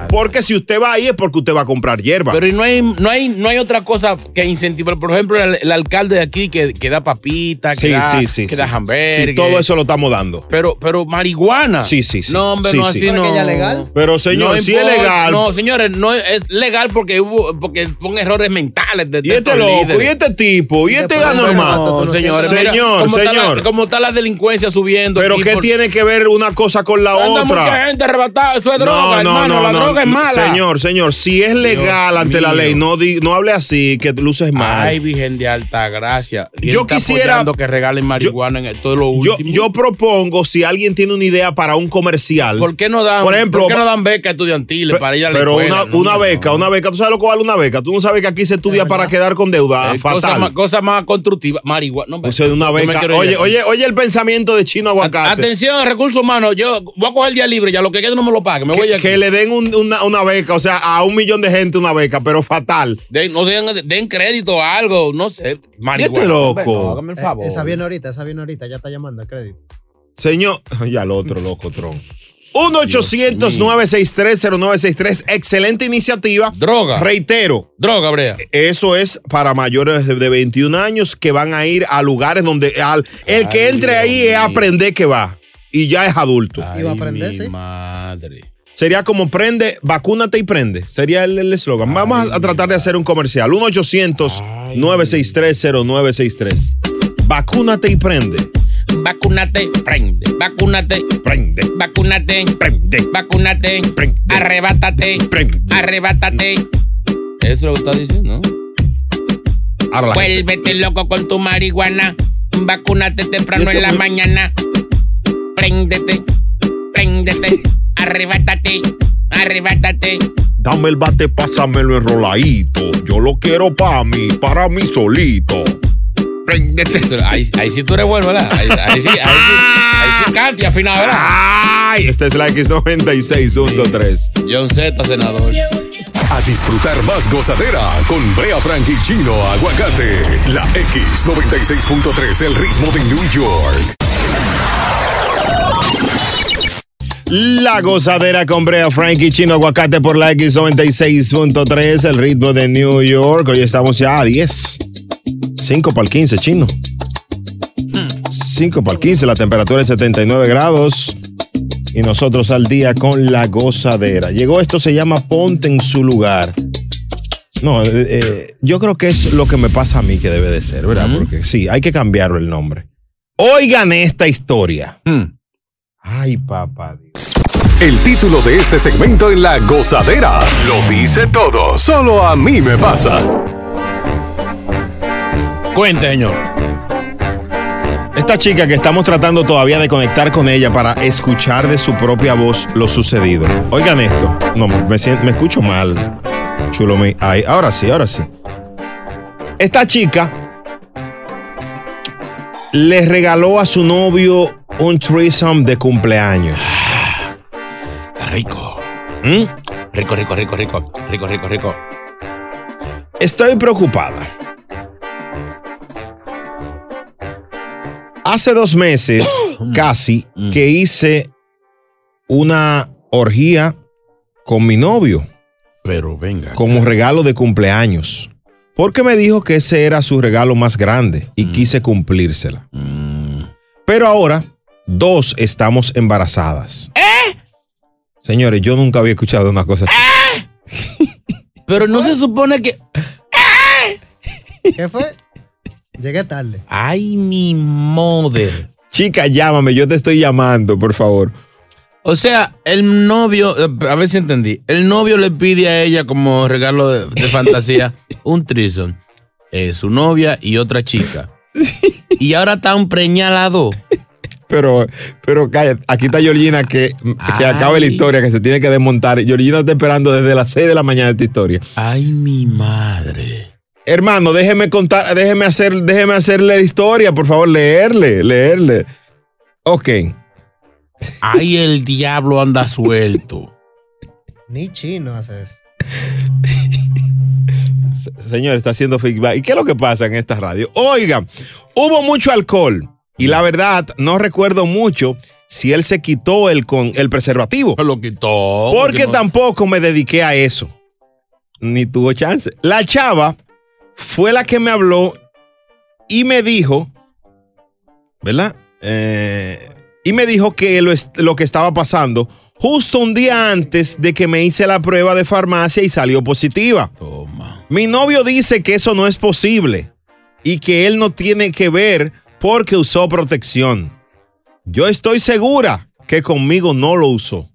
C: Porque si usted va ahí es porque usted va a comprar hierba.
D: Pero y no hay, no hay, no hay otra cosa que incentivar. Por ejemplo, el, el alcalde de aquí que, que da papita, que
C: Sí,
D: da,
C: sí, sí,
D: que
C: sí.
D: da hamburgues.
C: Sí, todo eso lo estamos dando.
D: Pero, pero marihuana.
C: Sí, sí, sí.
D: No, hombre,
C: Sí,
D: no,
C: sí.
D: así
C: ¿Pero
D: no.
C: que ya legal? Pero, señor, si es
D: importa.
C: legal.
D: No, señores, no es legal porque hubo, porque son errores mentales de, de
C: Y este
D: estos
C: loco,
D: líderes.
C: y este tipo, y este
D: Bueno,
C: anormal.
D: No, señores, mira
C: señor,
D: cómo está la-
C: señor.
D: cómo está la delincuencia subiendo.
C: Pero
D: aquí
C: qué
D: por-
C: tiene que ver una cosa con la
D: Anda
C: otra.
D: mucha gente arrebatada, eso es droga, hermano, la droga es mala.
C: Señor, señor, si es legal ante la
D: mío.
C: ley, no, di- no hable así, que luces mal.
D: Ay, Virgen de Alta Gracia. Y
C: Yo
D: está
C: quisiera-
D: apoyando que regalen marihuana en todo lo
C: yo,
D: último.
C: yo propongo, si alguien tiene una idea para un comercial.
D: ¿Por qué no dan,
C: Por ejemplo,
D: ¿por qué no dan becas estudiantiles para ir a la
C: pero
D: escuela?
C: una,
D: No,
C: una
D: no.
C: beca, una beca, ¿tú sabes lo que vale una beca? Tú no sabes que aquí se estudia para quedar con deuda.
D: Eh, Cosa
C: fatal.
D: más, cosa más constructiva. Marihuana. No,
C: O sea, de una
D: yo me
C: beca.
D: quiero ir
C: Oye,
D: aquí.
C: oye, oye el pensamiento de Chino Aguacate.
D: Atención, recursos humanos. Yo voy a coger el día libre. Ya lo que quede no me lo pague. Me voy
C: que,
D: aquí.
C: que le den un- una, una beca, o sea, a un millón de gente una beca, pero fatal.
D: Den, no den, den crédito o algo. No sé. Marihuana.
C: Este loco.
D: Hombre, no, hágame el
O: Eh,
D: favor.
O: Esa viene ahorita, esa viene ahorita, ya está llamando al crédito.
C: Señor, ya el otro loco, Tron. 1-800-963-0963. Excelente iniciativa.
D: Droga.
C: Reitero. E,
D: Droga, Brea.
C: Eso es para mayores de- de 21 años que van a ir a lugares donde. al- el que entre ahí es aprender que va. Y ya es adulto.
O: Iba a aprender, sí.
C: Sería como prende, vacúnate y prende. Sería el el eslogan. Vamos a, a tratar de hacer un comercial. 1-800-963-0963. Vacúnate y prende.
D: Vacunate, prende. Vacunate,
C: prende.
D: Vacunate,
C: prende.
D: Vacunate, prende. Arrebátate,
C: prende.
D: Arrebátate. Eso es lo que está diciendo, ¿no?
C: Ahora la gente-
D: Vuélvete loco con tu marihuana. Vacunate temprano
C: Yo
D: en la
C: tengo-
D: mañana. Préndete, préndete. Arrebátate, arrebátate.
C: Dame el bate, pásamelo enroladito. Yo lo quiero para mí, para mí solito. Préndete.
D: Ahí, ahí sí tú eres bueno, ¿verdad? Ahí, ahí sí, ahí sí, ahí sí canta y afina, ¿verdad?
C: Ay, esta es la X96.3.
D: John Z, senador.
B: A disfrutar más gozadera con Brea Frank y Chino Aguacate. La X96.3, el ritmo de New York.
C: La gozadera con Brea Frankie Chino Aguacate por la X96.3, el ritmo de New York. Hoy estamos ya a 10. 5 para el 15, chino. 5 para el 15, la temperatura es 79 grados. Y nosotros al día con la gozadera. Llegó esto, se llama Ponte en su lugar. No, eh, eh, yo creo que es lo que me pasa a mí que debe de ser, ¿verdad? Porque sí, hay que cambiarlo el nombre. Oigan esta historia. Ay, papá.
B: El título de este segmento en La Gozadera lo dice todo. Solo a mí me pasa.
D: Cuente, señor.
C: Esta chica que estamos tratando todavía de conectar con ella para escuchar de su propia voz lo sucedido. Oigan esto. No, me, siento- me escucho mal. Chulo, me- ay, ahora sí, ahora sí. Esta chica le regaló a su novio un threesome de cumpleaños.
D: Rico. ¿Mm? Rico, rico, rico, rico. Rico, rico, rico.
C: Estoy preocupada. Hace dos meses, casi,
D: Mm.
C: que hice una orgía con mi novio.
D: Pero venga.
C: Como regalo de cumpleaños. Porque me dijo que ese era su regalo más grande
D: Mm.
C: y quise cumplírsela. Pero ahora, dos estamos embarazadas.
D: ¿Eh?
C: Señores, yo nunca había escuchado una cosa así.
D: Pero no se supone que.
O: ¿Qué fue? Llegué tarde.
D: Ay, mi mother.
C: Chica, llámame, yo te estoy llamando, por favor.
D: O sea, el novio, eh, a ver si entendí. El novio le pide a ella como regalo de, de fantasía un trison. su novia y otra chica. Y ahora están preñadas las dos.
C: Pero, pero cállate, aquí está Georgina que, que acaba la historia, que se tiene que desmontar. Georgina está esperando desde las 6 de la mañana esta historia.
D: Ay, mi madre.
C: Hermano, déjeme contar, déjeme hacer, déjeme hacerle la historia, por favor, leerle, leerle. Ok.
D: Ay, el diablo anda suelto.
O: Ni chino hace eso.
C: Se- Señor, está haciendo feedback. ¿Y qué es lo que pasa en esta radio? Oigan, hubo mucho alcohol y la verdad no recuerdo mucho si él se quitó el, con, el preservativo.
D: Lo quitó.
C: Porque
D: no-
C: tampoco me dediqué a eso. Ni tuvo chance. La chava fue la que me habló y me dijo, ¿verdad? Eh, y me dijo que lo, est- lo que estaba pasando justo un día antes de que me hice la prueba de farmacia y salió positiva. Mi novio dice que eso no es posible y que él no tiene que ver porque usó protección. Yo estoy segura que conmigo no lo usó.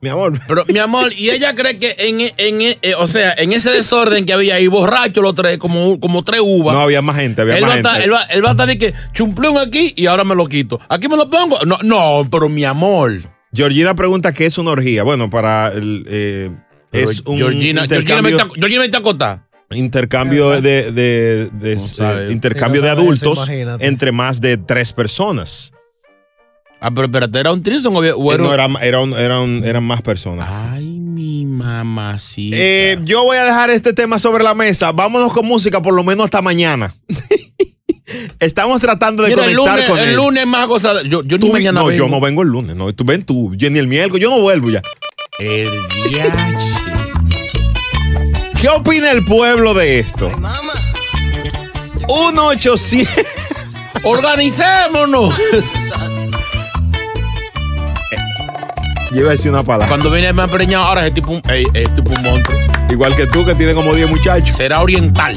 C: Mi amor.
D: Pero, mi amor, y ella cree que en, en, eh, o sea, en ese desorden que había ahí, borracho los tres, como, como tres uvas.
C: No había más gente, había
D: él,
C: más
D: va a
C: gente.
D: estar, él, va, él va a estar de que chumplón aquí y ahora me lo quito. Aquí me lo pongo. No, no pero mi amor.
C: Georgina pregunta qué es una orgía. Bueno, para el, eh, es un
D: Georgina, Georgina me
C: intercambio,
D: está, Georgina me está acotada.
C: intercambio de, de- de- eh, intercambio
D: Sí, no
C: de
D: sabe eso,
C: adultos
D: imagínate.
C: entre más de tres personas. Eh,
D: Ah, pero espérate, ¿era un trison o había- o era
C: no,
D: un-
C: era- era un- era un- eran más personas.
D: Ay, mi mamacita.
C: Eh, yo voy a dejar este tema sobre la mesa. Vámonos con música por lo menos hasta mañana. Estamos tratando de
D: Mira, el
C: conectar
D: lunes,
C: con
D: el
C: él.
D: lunes más cosas. Yo, yo ni
C: Tú-
D: mañana
C: no,
D: vengo.
C: yo no vengo el lunes. No, tú ven tú, yo ni el miércoles, yo no vuelvo ya.
D: El viaje.
C: ¿Qué opina el pueblo de esto? 1-800.
D: ¡Organicémonos!
C: Yo iba a decir una palabra.
D: Cuando viene más preñado, ahora es tipo un, ey, es tipo un monstruo.
C: Igual que tú, que tiene como 10 muchachos.
D: Será oriental.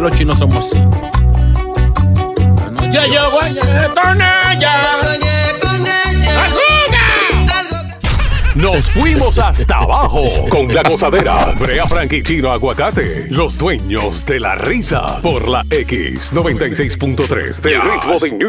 D: Los chinos somos así. Ya, yo, güey.
B: Nos fuimos hasta abajo con la gozadera. Brea Frank y Chino Aguacate, los dueños de la risa por la X96.3, el ritmo de New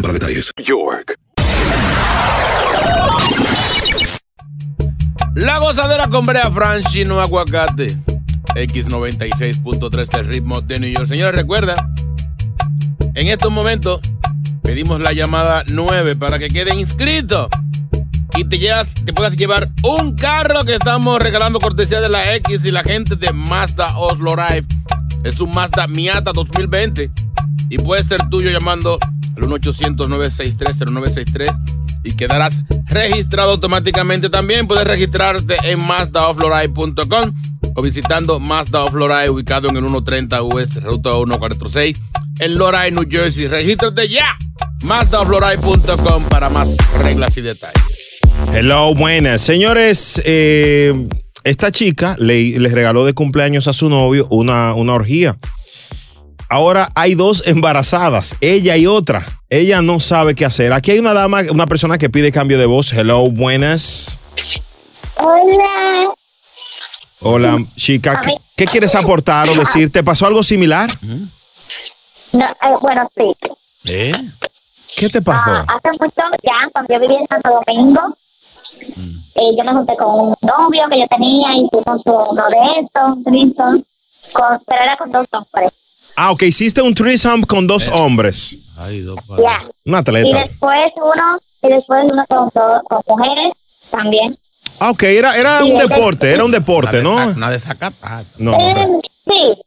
K: para detalles. York.
D: La gozadera con Brea Fran, chino aguacate. X96.3 el ritmo de New York. Señores, recuerda, en estos momentos pedimos la llamada 9 para que queden inscritos y te, llevas, te puedas llevar un carro que estamos regalando cortesía de la X y la gente de Mazda Oslo Live. Es un Mazda Miata 2020 y puede ser tuyo llamando al 1-800-963-0963 y quedarás registrado automáticamente. También puedes registrarte en mazdaoffloride.com o visitando Mazda of Loride, ubicado en el 130 US Ruta 146 en Loride, New Jersey. Regístrate ya. mazdaoffloride.com para más reglas y detalles.
C: Hello, buenas. Señores, eh, esta chica le, les regaló de cumpleaños a su novio una, una orgía. Ahora hay dos embarazadas, ella y otra. Ella no sabe qué hacer. Aquí hay una dama, una persona que pide cambio de voz. Hello, buenas.
P: Hola.
C: Hola, chica. ¿Qué, qué quieres aportar o decir? ¿Te pasó algo similar?
P: No, eh, bueno, sí.
D: ¿Eh?
C: ¿Qué te pasó?
P: Ah, hace mucho ya, cuando yo vivía en Santo Domingo, eh, yo me junté con un novio que yo tenía y fuimos a uno de estos, Trinson, con, pero era con dos hombres.
C: Ah, ok, hiciste un threesome con dos hombres.
P: Ya.
C: Una
P: Y
C: atleta.
P: después uno, y después uno con, do- con mujeres también.
C: Ah, ok, era, era
P: Y
C: un
P: después-
C: deporte, era un deporte, ¿no?
D: Una desacatada.
C: No.
P: Eh, sí.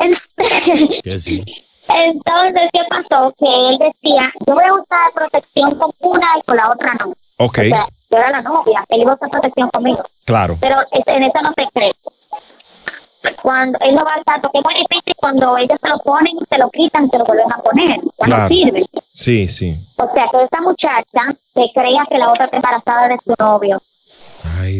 P: En-
D: Que sí.
P: Entonces, ¿qué pasó? Que él decía, yo voy a usar protección con una y con la otra no.
C: Ok,
P: O sea, yo era la novia, él iba a usar protección conmigo.
C: claro.
P: Pero es- en eso no se cree. Cuando él lo va a usar, porque es muy difícil cuando ellos se lo ponen, se lo quitan, se lo vuelven a poner. Ya no
C: Claro.
P: sirve.
C: Sí, sí.
P: O sea, que esta muchacha se creía que la otra está embarazada de su novio.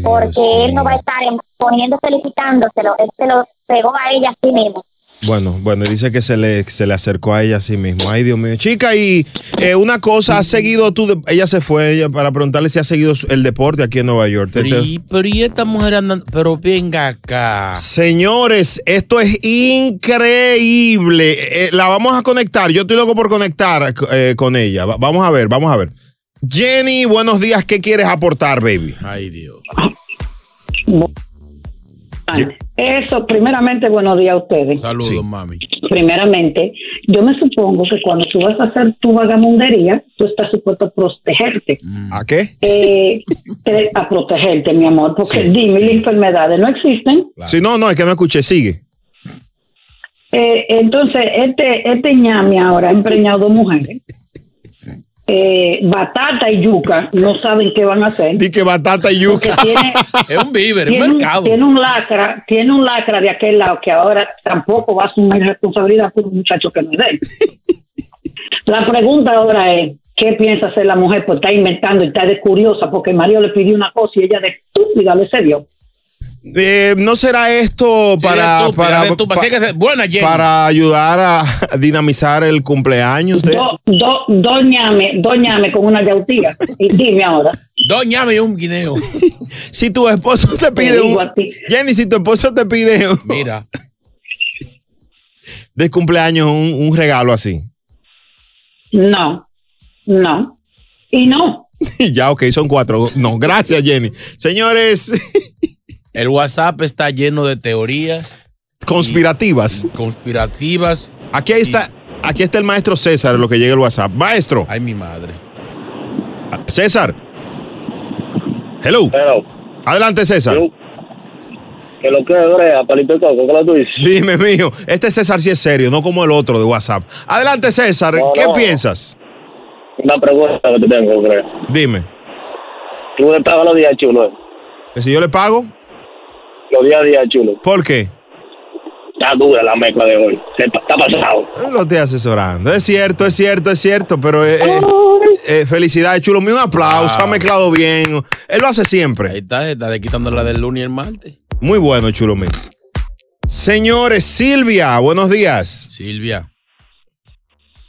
P: porque él no va a estar en- poniéndoselo y quitándoselo. Él se lo pegó a ella así mismo.
C: Bueno, bueno, dice que se le, se le acercó a ella a sí mismo. Ay, Dios mío. Chica, y eh, una cosa, ¿has seguido tú? de- ella se fue ella, para preguntarle si ha seguido su- el deporte aquí en Nueva York. Te- te-
D: Y, pero y esta mujer andando, pero venga
Q: Ah.
D: acá.
C: Señores, esto es increíble. Eh, la vamos a conectar. Yo estoy loco por conectar eh, con ella. Va- vamos a ver, vamos a ver. Jenny, buenos días. ¿Qué quieres aportar, baby?
D: Ay, Dios.
Q: Eso, primeramente, buenos días a ustedes.
D: Saludos, mami.
Q: Primeramente, yo me supongo que cuando tú vas a hacer tu vagamundería, tú estás supuesto a protegerte.
C: ¿A qué?
Q: Eh, te- a protegerte, mi amor, porque
C: Sí,
Q: dime, las enfermedades no existen.
C: Sí, no, no, es que no escuché. Sigue.
Q: Eh, entonces, este, este ñame ahora ha empreñado dos mujeres. eh, batata y yuca, no saben qué van a hacer.
C: Di que batata y yuca.
D: Es un viver, es un
Q: tiene, un,
D: mercado.
Q: tiene un lacra, tiene un lacra de aquel lado que ahora tampoco va a asumir responsabilidad por un muchacho que no es de él. La pregunta ahora es, ¿qué piensa hacer la mujer? Pues está inventando y está de curiosa porque Mario le pidió una cosa y ella de estúpida le cedió.
C: Eh, ¿No será esto para,
Q: estúpida,
C: para,
Q: eres estúpida.
C: pa-
Q: Así que se- buena, Jenny.
C: para ayudar a dinamizar el cumpleaños? de-
Q: Do, do, doñame, doñame con una yautía. Y dime ahora.
D: Doñame un guineo.
C: Si tu esposo te pide un...
Q: digo a ti.
C: Jenny, si tu esposo te pide un-
D: Mira.
C: de cumpleaños un, un regalo así.
Q: No, no. Y no.
C: Y ya, ok, son cuatro. No, gracias, Jenny. Señores...
D: El WhatsApp está lleno de teorías
C: Conspirativas.
D: conspirativas.
C: Aquí ahí está, aquí está el maestro César, lo que llega el WhatsApp. Maestro. Ah,
D: Ay, mi madre.
C: César. Hello. Adelante, César.
R: Que lo que brea, palito de coco, ¿qué lo tú dices?
C: Dime, mijo. Este César sí es serio, no como el otro de WhatsApp. Adelante, César. ¿Qué piensas?
R: Una pregunta que te tengo, creo.
C: Dime.
R: Tú le pagas los días chulos,
C: ¿Que si yo le pago?
R: los días días chulos.
C: ¿Por qué?
R: Está dura la mezcla de hoy. Se pa- Está pasado.
C: Eh, Lo estoy asesorando. Es cierto, es cierto, es cierto, pero eh, eh, eh, felicidades, chulo. mío, Un aplauso,
D: Ah.
C: ha mezclado bien. Él lo hace siempre.
D: Ahí está, está de quitando la del lunes y el martes.
C: Muy bueno, chulo mix. Señores, Silvia, buenos días.
D: Silvia.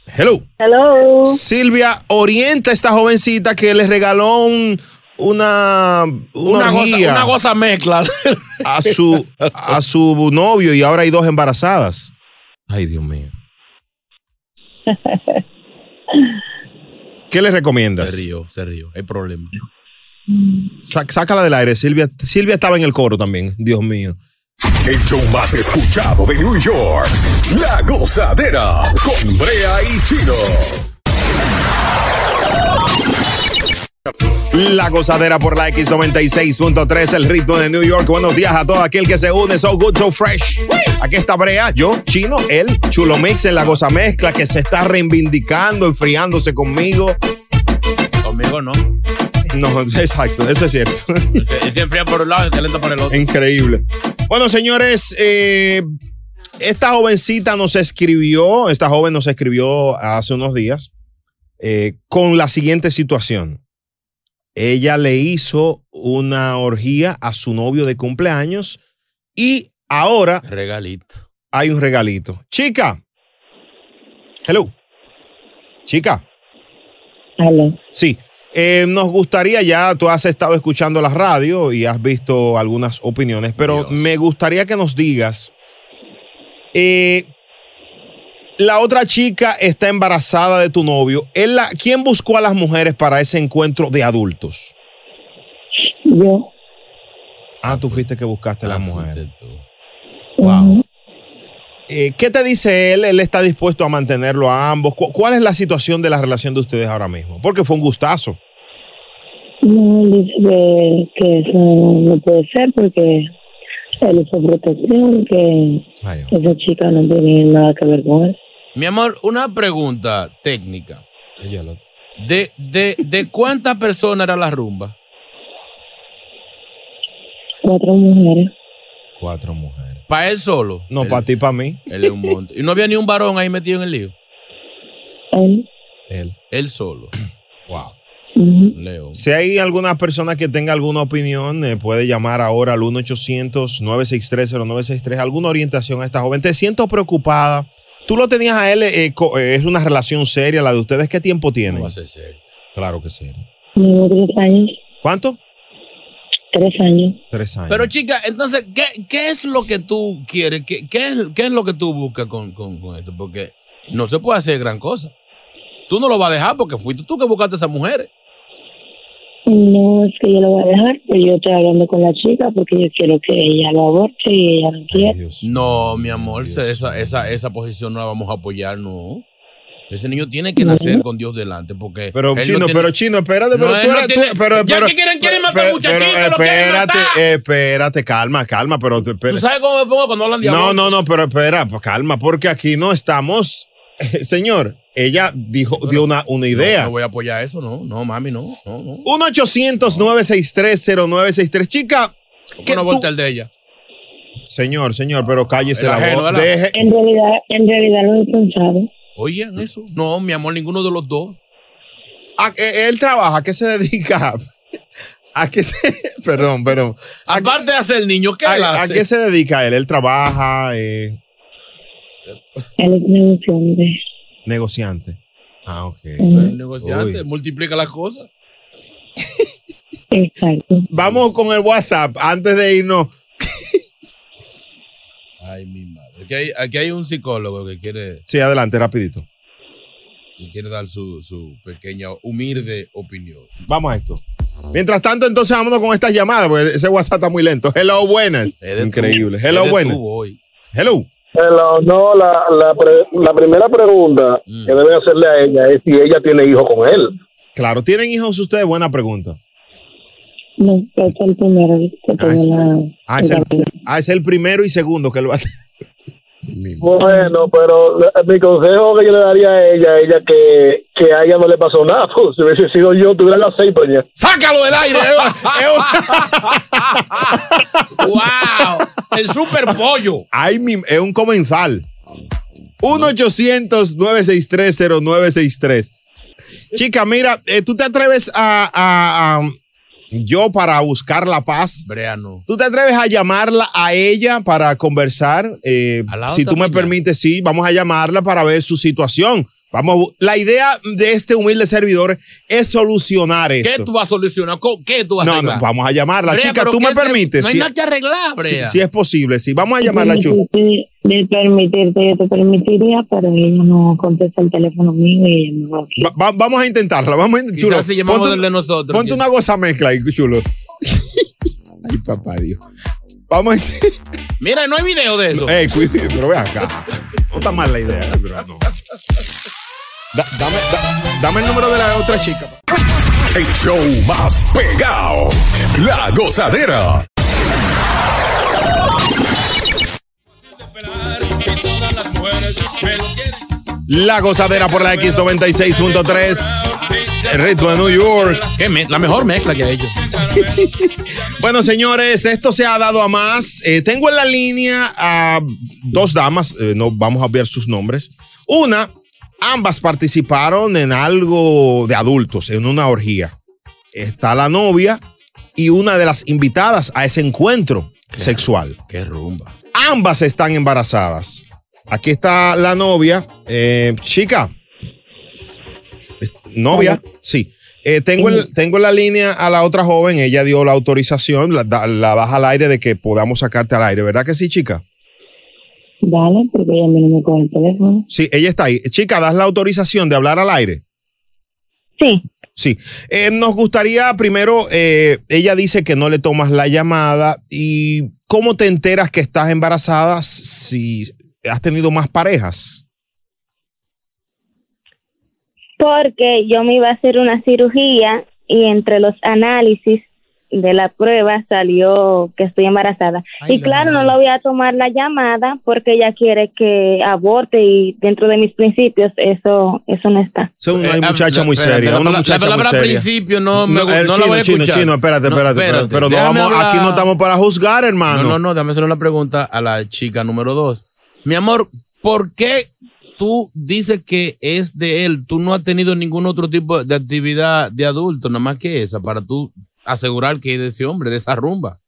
C: Hello.
S: Hello.
C: Silvia, orienta a esta jovencita que le regaló un- una,
D: Una goza,
C: orgía
D: una goza mezcla.
C: a su a su novio y ahora hay dos embarazadas. Ay, Dios mío. ¿Qué le recomiendas?
D: Se rió, se rió. Hay problema.
C: Sa- sácala del aire, Silvia. Silvia estaba en el coro también. Dios mío.
B: El show más escuchado de New York. La gozadera con Brea y Chino.
C: La gozadera por la X96.3, el ritmo de New York. Buenos días a todo aquel que se une. So good, so fresh. Aquí está Brea, yo, Chino, él, Chulo Mix en la goza mezcla que se está reivindicando, enfriándose conmigo.
D: Conmigo no.
C: No, exacto, eso es cierto.
D: Se, se enfría por un lado y se lenta por el otro.
C: Increíble. Bueno, señores, eh, esta jovencita nos escribió, esta joven nos escribió hace unos días eh, con la siguiente situación. Ella le hizo una orgía a su novio de cumpleaños y ahora
D: Regalito.
C: hay un regalito. Chica. Hello. Chica. Sí. eh, nos gustaría ya, tú has estado escuchando la radio y has visto algunas opiniones, pero me gustaría que nos digas, eh, la otra chica está embarazada de tu novio. Él la- ¿Quién buscó a las mujeres para ese encuentro de adultos?
S: Yo.
C: Ah, tú fuiste que buscaste a las mujeres.
S: Wow.
C: Eh, ¿Qué te dice él? ¿Él está dispuesto a mantenerlo a ambos? ¿Cu- ¿Cuál es la situación de la relación de ustedes ahora mismo? Porque fue un gustazo.
S: No, dice que, que eso no puede ser porque él hizo protección, que esa chica no tiene nada que ver con él.
D: Mi amor, una pregunta técnica. ¿De, de, de cuántas personas era la rumba?
S: Cuatro mujeres.
C: Cuatro mujeres.
D: ¿Para él solo?
C: No, para ti, para mí.
D: Él es un monte. Y no había ni un varón ahí metido en el lío.
S: Él.
C: Él.
D: Él solo.
C: Wow.
D: Leo.
C: Si hay alguna persona que tenga alguna opinión, eh, puede llamar ahora al 1-800-963-0963. ¿Alguna orientación a esta joven? Te siento preocupada. Tú lo tenías a él, eh, co- eh, es una relación seria la de ustedes. ¿Qué tiempo tienen? No
D: ser serio.
C: Claro que sí.
S: Llevo tres años.
C: ¿Cuánto?
S: Tres años.
C: Tres años.
D: Pero chica, entonces, ¿qué, qué es lo que tú quieres? ¿Qué, qué es, qué es lo que tú buscas con, con- con esto? Porque no se puede hacer gran cosa. Tú no lo vas a dejar porque fuiste tú que buscaste a esas mujeres.
S: No es que yo lo voy a dejar, pero yo estoy hablando con la chica porque yo quiero que ella lo aborte y ella no quiere.
D: No, mi amor, esa, esa, esa posición no la vamos a apoyar, no. Ese niño tiene que nacer con Dios delante porque...
C: Pero
D: él no
C: chino,
D: tiene-
C: pero chino, espérate,
D: No,
C: pero
D: él
C: tú
D: no
C: eres tú-
D: tiene-
C: pero,
D: ya
C: pero-
D: que quieren, quieren matar
C: pero-
D: muchachitos,
C: pero
D: lo quieren
C: espérate, espérate, calma, calma, pero
D: ¿Tú sabes cómo me pongo cuando hablan de
C: No,
D: amor?
C: no, no, pero espera, pues, calma, porque aquí no estamos, señor, Ella dijo, dio una, una idea.
D: No, voy a apoyar eso, no, no, mami, no, no, no.
C: 1 800 963 0963 Chica,
D: ¿Cómo no voltea el de ella?
C: señor, señor, pero cállese
D: El
C: la
D: ajeno,
C: voz.
D: ¿verdad?
C: Deje,
S: En realidad, en realidad lo he pensado.
D: Oigan eso. No, mi amor, ninguno de los dos.
C: ¿A qué- Ah, e, él trabaja, ¿a qué se dedica? ¿A qué se, perdón, perdón.
D: Aparte de hacer niño, ¿qué
C: ¿A,
D: él
C: a
D: hace?
C: qué se dedica él? Él trabaja, eh,
S: Él es negociante.
C: negociante. Ah, ok.
D: El negociante,
C: Uy.
D: multiplica las cosas.
S: Exacto.
C: Vamos con el WhatsApp antes de irnos.
D: Ay, mi madre. Aquí hay, aquí hay un psicólogo que quiere,
C: Sí, adelante, rapidito.
D: que quiere dar su, su pequeña, humilde opinión.
C: Vamos a esto. Mientras tanto, entonces vámonos con estas llamadas, porque ese WhatsApp está muy lento. Hello, buenas. Increíble. Hello, buenas. Hello.
F: Hello, no, la, la, pre- la primera pregunta
C: Mm.
F: que deben hacerle a ella es si ella tiene hijos con él.
C: Claro, ¿tienen hijos ustedes? Buena pregunta.
S: No, es el primero que
C: Ah, es-
S: tengo la.
C: Ah, es el,
S: la-
C: ah, es el primero y segundo que lo hace.
F: Bueno, pero la- mi consejo que yo le daría a ella, ella que, que a ella no le pasó nada, pues si hubiese sido yo, tuviera las seis pues, preñas.
C: ¡Sácalo del aire!
D: ¡Wow! El super pollo.
C: Ay, mi- es un comensal. 1-800-963-0963. Chica, mira, eh, tú te atreves a, a- a- Yo para buscar la paz.
D: Breano.
C: ¿Tú te atreves a llamarla a ella para conversar? Eh,
D: la
C: si
D: otra
C: tú me permites, sí, vamos a llamarla para ver su situación. Vamos, a bu- la idea de este humilde servidor es solucionar esto.
D: ¿Qué tú vas a solucionar? Co- ¿Qué tú vas a
C: No,
D: arreglar?
C: no, vamos a llamarla.
D: Brea,
C: Chica,
D: pero
C: tú
D: ¿qué
C: me
D: se-
C: permites.
D: No hay
C: Sí.
D: nada que arreglar,
C: Si,
D: Brea.
C: si es posible, sí. Vamos a llamarla,
S: Sí,
C: Chu.
S: sí, De permitirte, yo te permitiría, pero ella no contesta el teléfono mío y ella me va a
C: Va- va- vamos a intentarla. Vamos a intentarla.
D: Quizás si llamamos del de nosotros,
C: Ponte
D: ¿quién?
C: una goza mezcla ahí, chulo. Ay, papá Dios. Vamos a
D: Mira, no hay video de eso.
C: Ey, cuí- pero ve acá. No está mal la idea, eh, pero no. Da- dame, da- dame el número de la otra chica.
B: El show más pegado. La gozadera.
C: La gozadera por la X96.3. El ritmo de New York.
D: la mejor mezcla que hay ellos.
C: bueno, señores, esto se ha dado a más. Eh, tengo en la línea a dos damas, eh, no vamos a ver sus nombres. Una, ambas participaron en algo de adultos, en una orgía. Está la novia y una de las invitadas a ese encuentro sexual.
D: Qué rumba.
C: Ambas están embarazadas. Aquí está la novia. Eh, chica. Eh, Novia, sí. Eh, tengo, el- tengo en la línea a la otra joven. Ella dio la autorización, la, da- la baja al aire de que podamos sacarte al aire. ¿Verdad que sí, chica?
S: Dale, porque ella a mí no me coge el teléfono.
C: Sí, ella está ahí. Chica, ¿das la autorización de hablar al aire?
S: Sí.
C: Sí. Eh, nos gustaría primero, eh, ella dice que no le tomas la llamada. ¿Y cómo te enteras que estás embarazada si has tenido más parejas?
T: porque yo me iba a hacer una cirugía y entre los análisis de la prueba salió que estoy embarazada. y claro, no lo voy a tomar la llamada porque ella quiere que aborte y dentro de mis principios eso eso no está.
C: Es una muchacha
D: Eh, ah, la-
C: muy
D: espérate,
C: seria.
D: la
C: Una
D: pala- la
C: muchacha muy
D: palabra
C: seria.
D: principio no me gu-
C: el
D: no la
C: chino,
D: voy a
C: chino,
D: escuchar.
C: Chino, espérate,
D: No,
C: espérate. espérate,
D: espérate,
C: pero no
D: déjame
C: vamos,
D: hablar.
C: aquí no estamos para juzgar, hermano.
D: No, no, no, déjame hacer una pregunta a la chica número dos. Mi amor, ¿por qué tú dices que es de él? Tú no has tenido ningún otro tipo de actividad de adulto, nada más que esa, para tú asegurar que es de ese hombre, de esa rumba.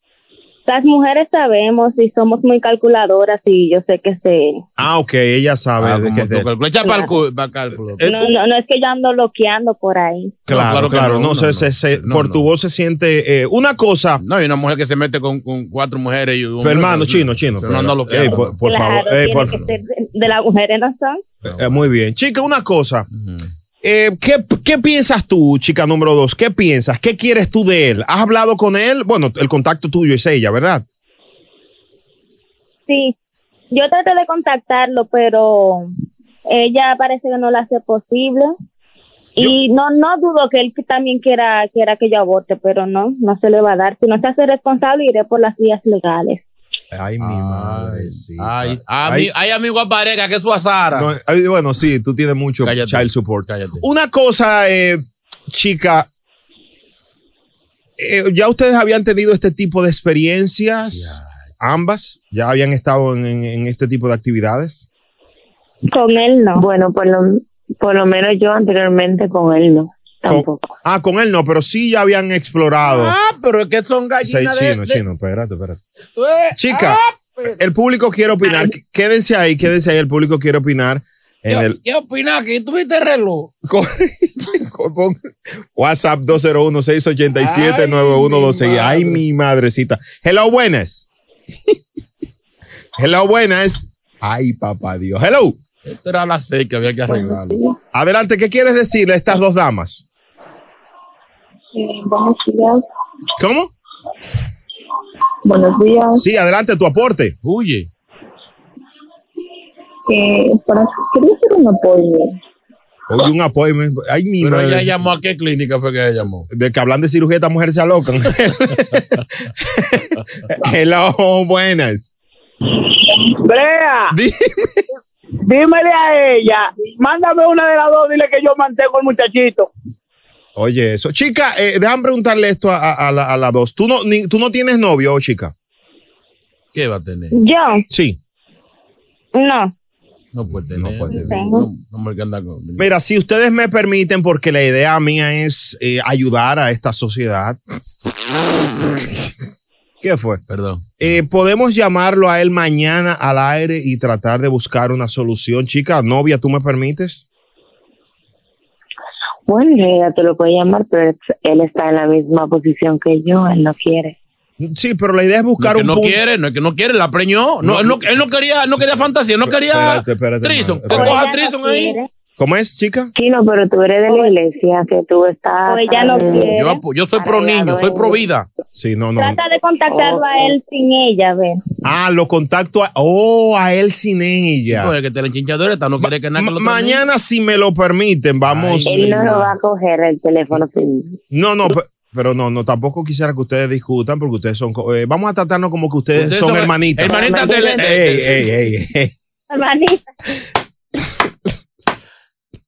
T: Las mujeres sabemos y somos muy calculadoras y yo sé que se
C: Ah, ok, ella sabe de qué es de- Eh,
D: Calcula, echa para el cu- para el cálculo.
T: no, no, no es que yo ando loqueando por ahí.
C: Claro,
D: No, claro
C: claro,
D: que no,
C: no,
D: no,
C: se-
D: no,
C: se- se- por tu voz se siente eh, una cosa.
D: No, hay una mujer que se mete con, con cuatro mujeres y un
C: Pero, hermano,
D: hombre, pues,
C: chino, chino.
D: se no anda
C: pero-
D: loqueando.
C: Ey, por, por
T: Claro,
C: favor, ey,
T: tiene
C: por-
T: que ser de, de las mujeres, ¿no son?
C: eh, muy bien. Chica, una cosa. Eh, ¿qué, qué piensas tú, chica número dos? ¿Qué piensas? ¿Qué quieres tú de él? ¿Has hablado con él? Bueno, el contacto tuyo es ella, ¿verdad?
T: Sí, yo traté de contactarlo, pero ella parece que no lo hace posible. Y no no dudo que él también quiera, quiera que yo aborte, pero no, no se le va a dar. Si no se hace responsable, iré por las vías legales.
C: Ay, mi madre, sí.
D: Ay, ami- hay amigos pareja que es su azara.
C: No, ay, bueno, sí, tú tienes mucho child support.
D: Cállate.
C: Una cosa, eh, chica. eh, ¿Ya ustedes habían tenido este tipo de experiencias? ¿Ambas? ¿Ya habían estado en, en- en este tipo de actividades?
S: Con él no. Bueno, por lo, por lo menos yo anteriormente con él no.
C: Con- ah, con él no, pero sí ya habían explorado.
D: Ah, pero es que son
C: Sí,
D: gallinas. de-
C: chino,
D: de- pues.
C: chino, espérate, espérate.
D: Tú ah, eres-
C: Chica, el público quiere opinar. Qu- Quédense ahí, quédense ahí, el público quiere opinar. En el
D: ¿Qué opinas? ¿Que tuviste reloj?
C: WhatsApp 201-687-9126. Ay, mi madrecita. Hello, buenas. Hello, buenas. Ay, papá Dios. Hello.
D: Esto era a las seis que había que arreglarlo.
C: Adelante, ¿qué quieres decirle a estas dos damas?
S: Eh, Buenos días.
C: ¿Cómo?
S: Buenos días.
C: Sí, adelante, tu aporte.
D: Huye.
S: Que para, quería hacer un apoyo.
C: Oye, un appointment. Ay, mi
D: Pero
C: madre.
D: ella llamó a qué clínica fue que ella llamó.
C: De que hablan de cirugía, estas mujeres se alocan. Hello, buenas.
L: Brea, dímele a ella, mándame una de las dos, dile que yo mantengo el muchachito.
C: Oye, eso. Chica, eh, déjame preguntarle esto a, a- a la, a la dos. ¿Tú no, ni- ¿Tú no tienes novio, chica?
D: ¿Qué va a tener?
S: ¿Yo?
C: Sí.
S: No.
D: No puede tener. No puede tener. que anda con.
C: Mira, si ustedes me permiten, porque la idea mía es eh, ayudar a esta sociedad. ¿Qué fue?
D: Perdón.
C: Eh, podemos llamarlo a él mañana al aire y tratar de buscar una solución. Chica, novia, ¿tú me permites?
S: Bueno, en realidad te lo puede llamar, pero es- él está en la misma posición que yo, él no quiere.
C: Sí, pero la idea es buscar
D: Que
C: un
D: no
C: punto.
D: quiere, no es que no quiere, la preñó. No, él, no, él no quería, no quería fantasía, no quería
C: Espérate, espérate,
D: Trison. Que
C: espérate.
D: coja Trison ahí.
C: ¿Cómo es, chica?
S: Chino, pero tú eres de la iglesia, que tú estás...
T: ella no quiere.
D: Yo, apo- yo soy pro niño, soy pro vida.
C: Sí, no, no.
T: Trata de contactarlo a él sin ella, a ver.
C: Ah, lo contacto a. Oh, a él sin ella.
D: Oye, que te la enchinchadora está, no quiere que nada que lo termine.
C: Mañana, si me lo permiten, vamos.
S: Él no lo va a coger el teléfono sin...
C: No, no, pe- pero no, no, tampoco quisiera que ustedes discutan porque ustedes son. co- eh, vamos a tratarnos como que ustedes,
D: Ustedes
C: son,
D: son-
C: hermanitas.
D: hermanitas de-
C: Ey, ey, ey, ey.
T: Hermanita.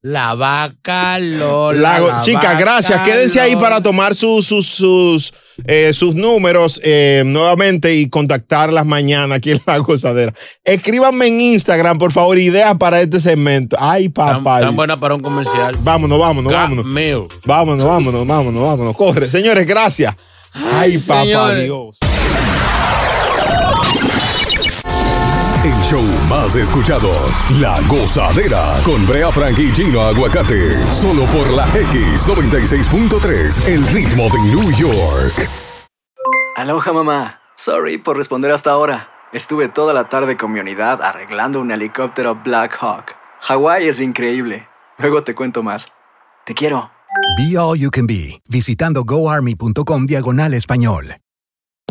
D: La vaca Lola.
C: La go-
D: la
C: chicas,
D: vaca
C: gracias. Quédense ahí para tomar sus, sus, sus, eh, sus números eh, nuevamente y contactarlas mañana aquí en La Gozadera. Escríbanme en Instagram, por favor, ideas para este segmento. Ay, papá.
D: Tan buena para un comercial.
C: Vámonos, vámonos,
D: Ga-
C: vámonos.
D: Mío.
C: Vámonos, vámonos, vámonos, vámonos. Corre, señores, gracias. Ay, papá
B: señores.
C: Dios.
B: El show más escuchado, La Gozadera, con Brea Frank y Gino Aguacate, solo por la X96.3, el ritmo de New York.
G: Aloha mamá. Sorry por responder hasta ahora. Estuve toda la tarde con mi unidad arreglando un helicóptero Black Hawk. Hawái es increíble. Luego te cuento más. Te quiero.
H: Be All You Can Be, visitando goarmy.com diagonal español.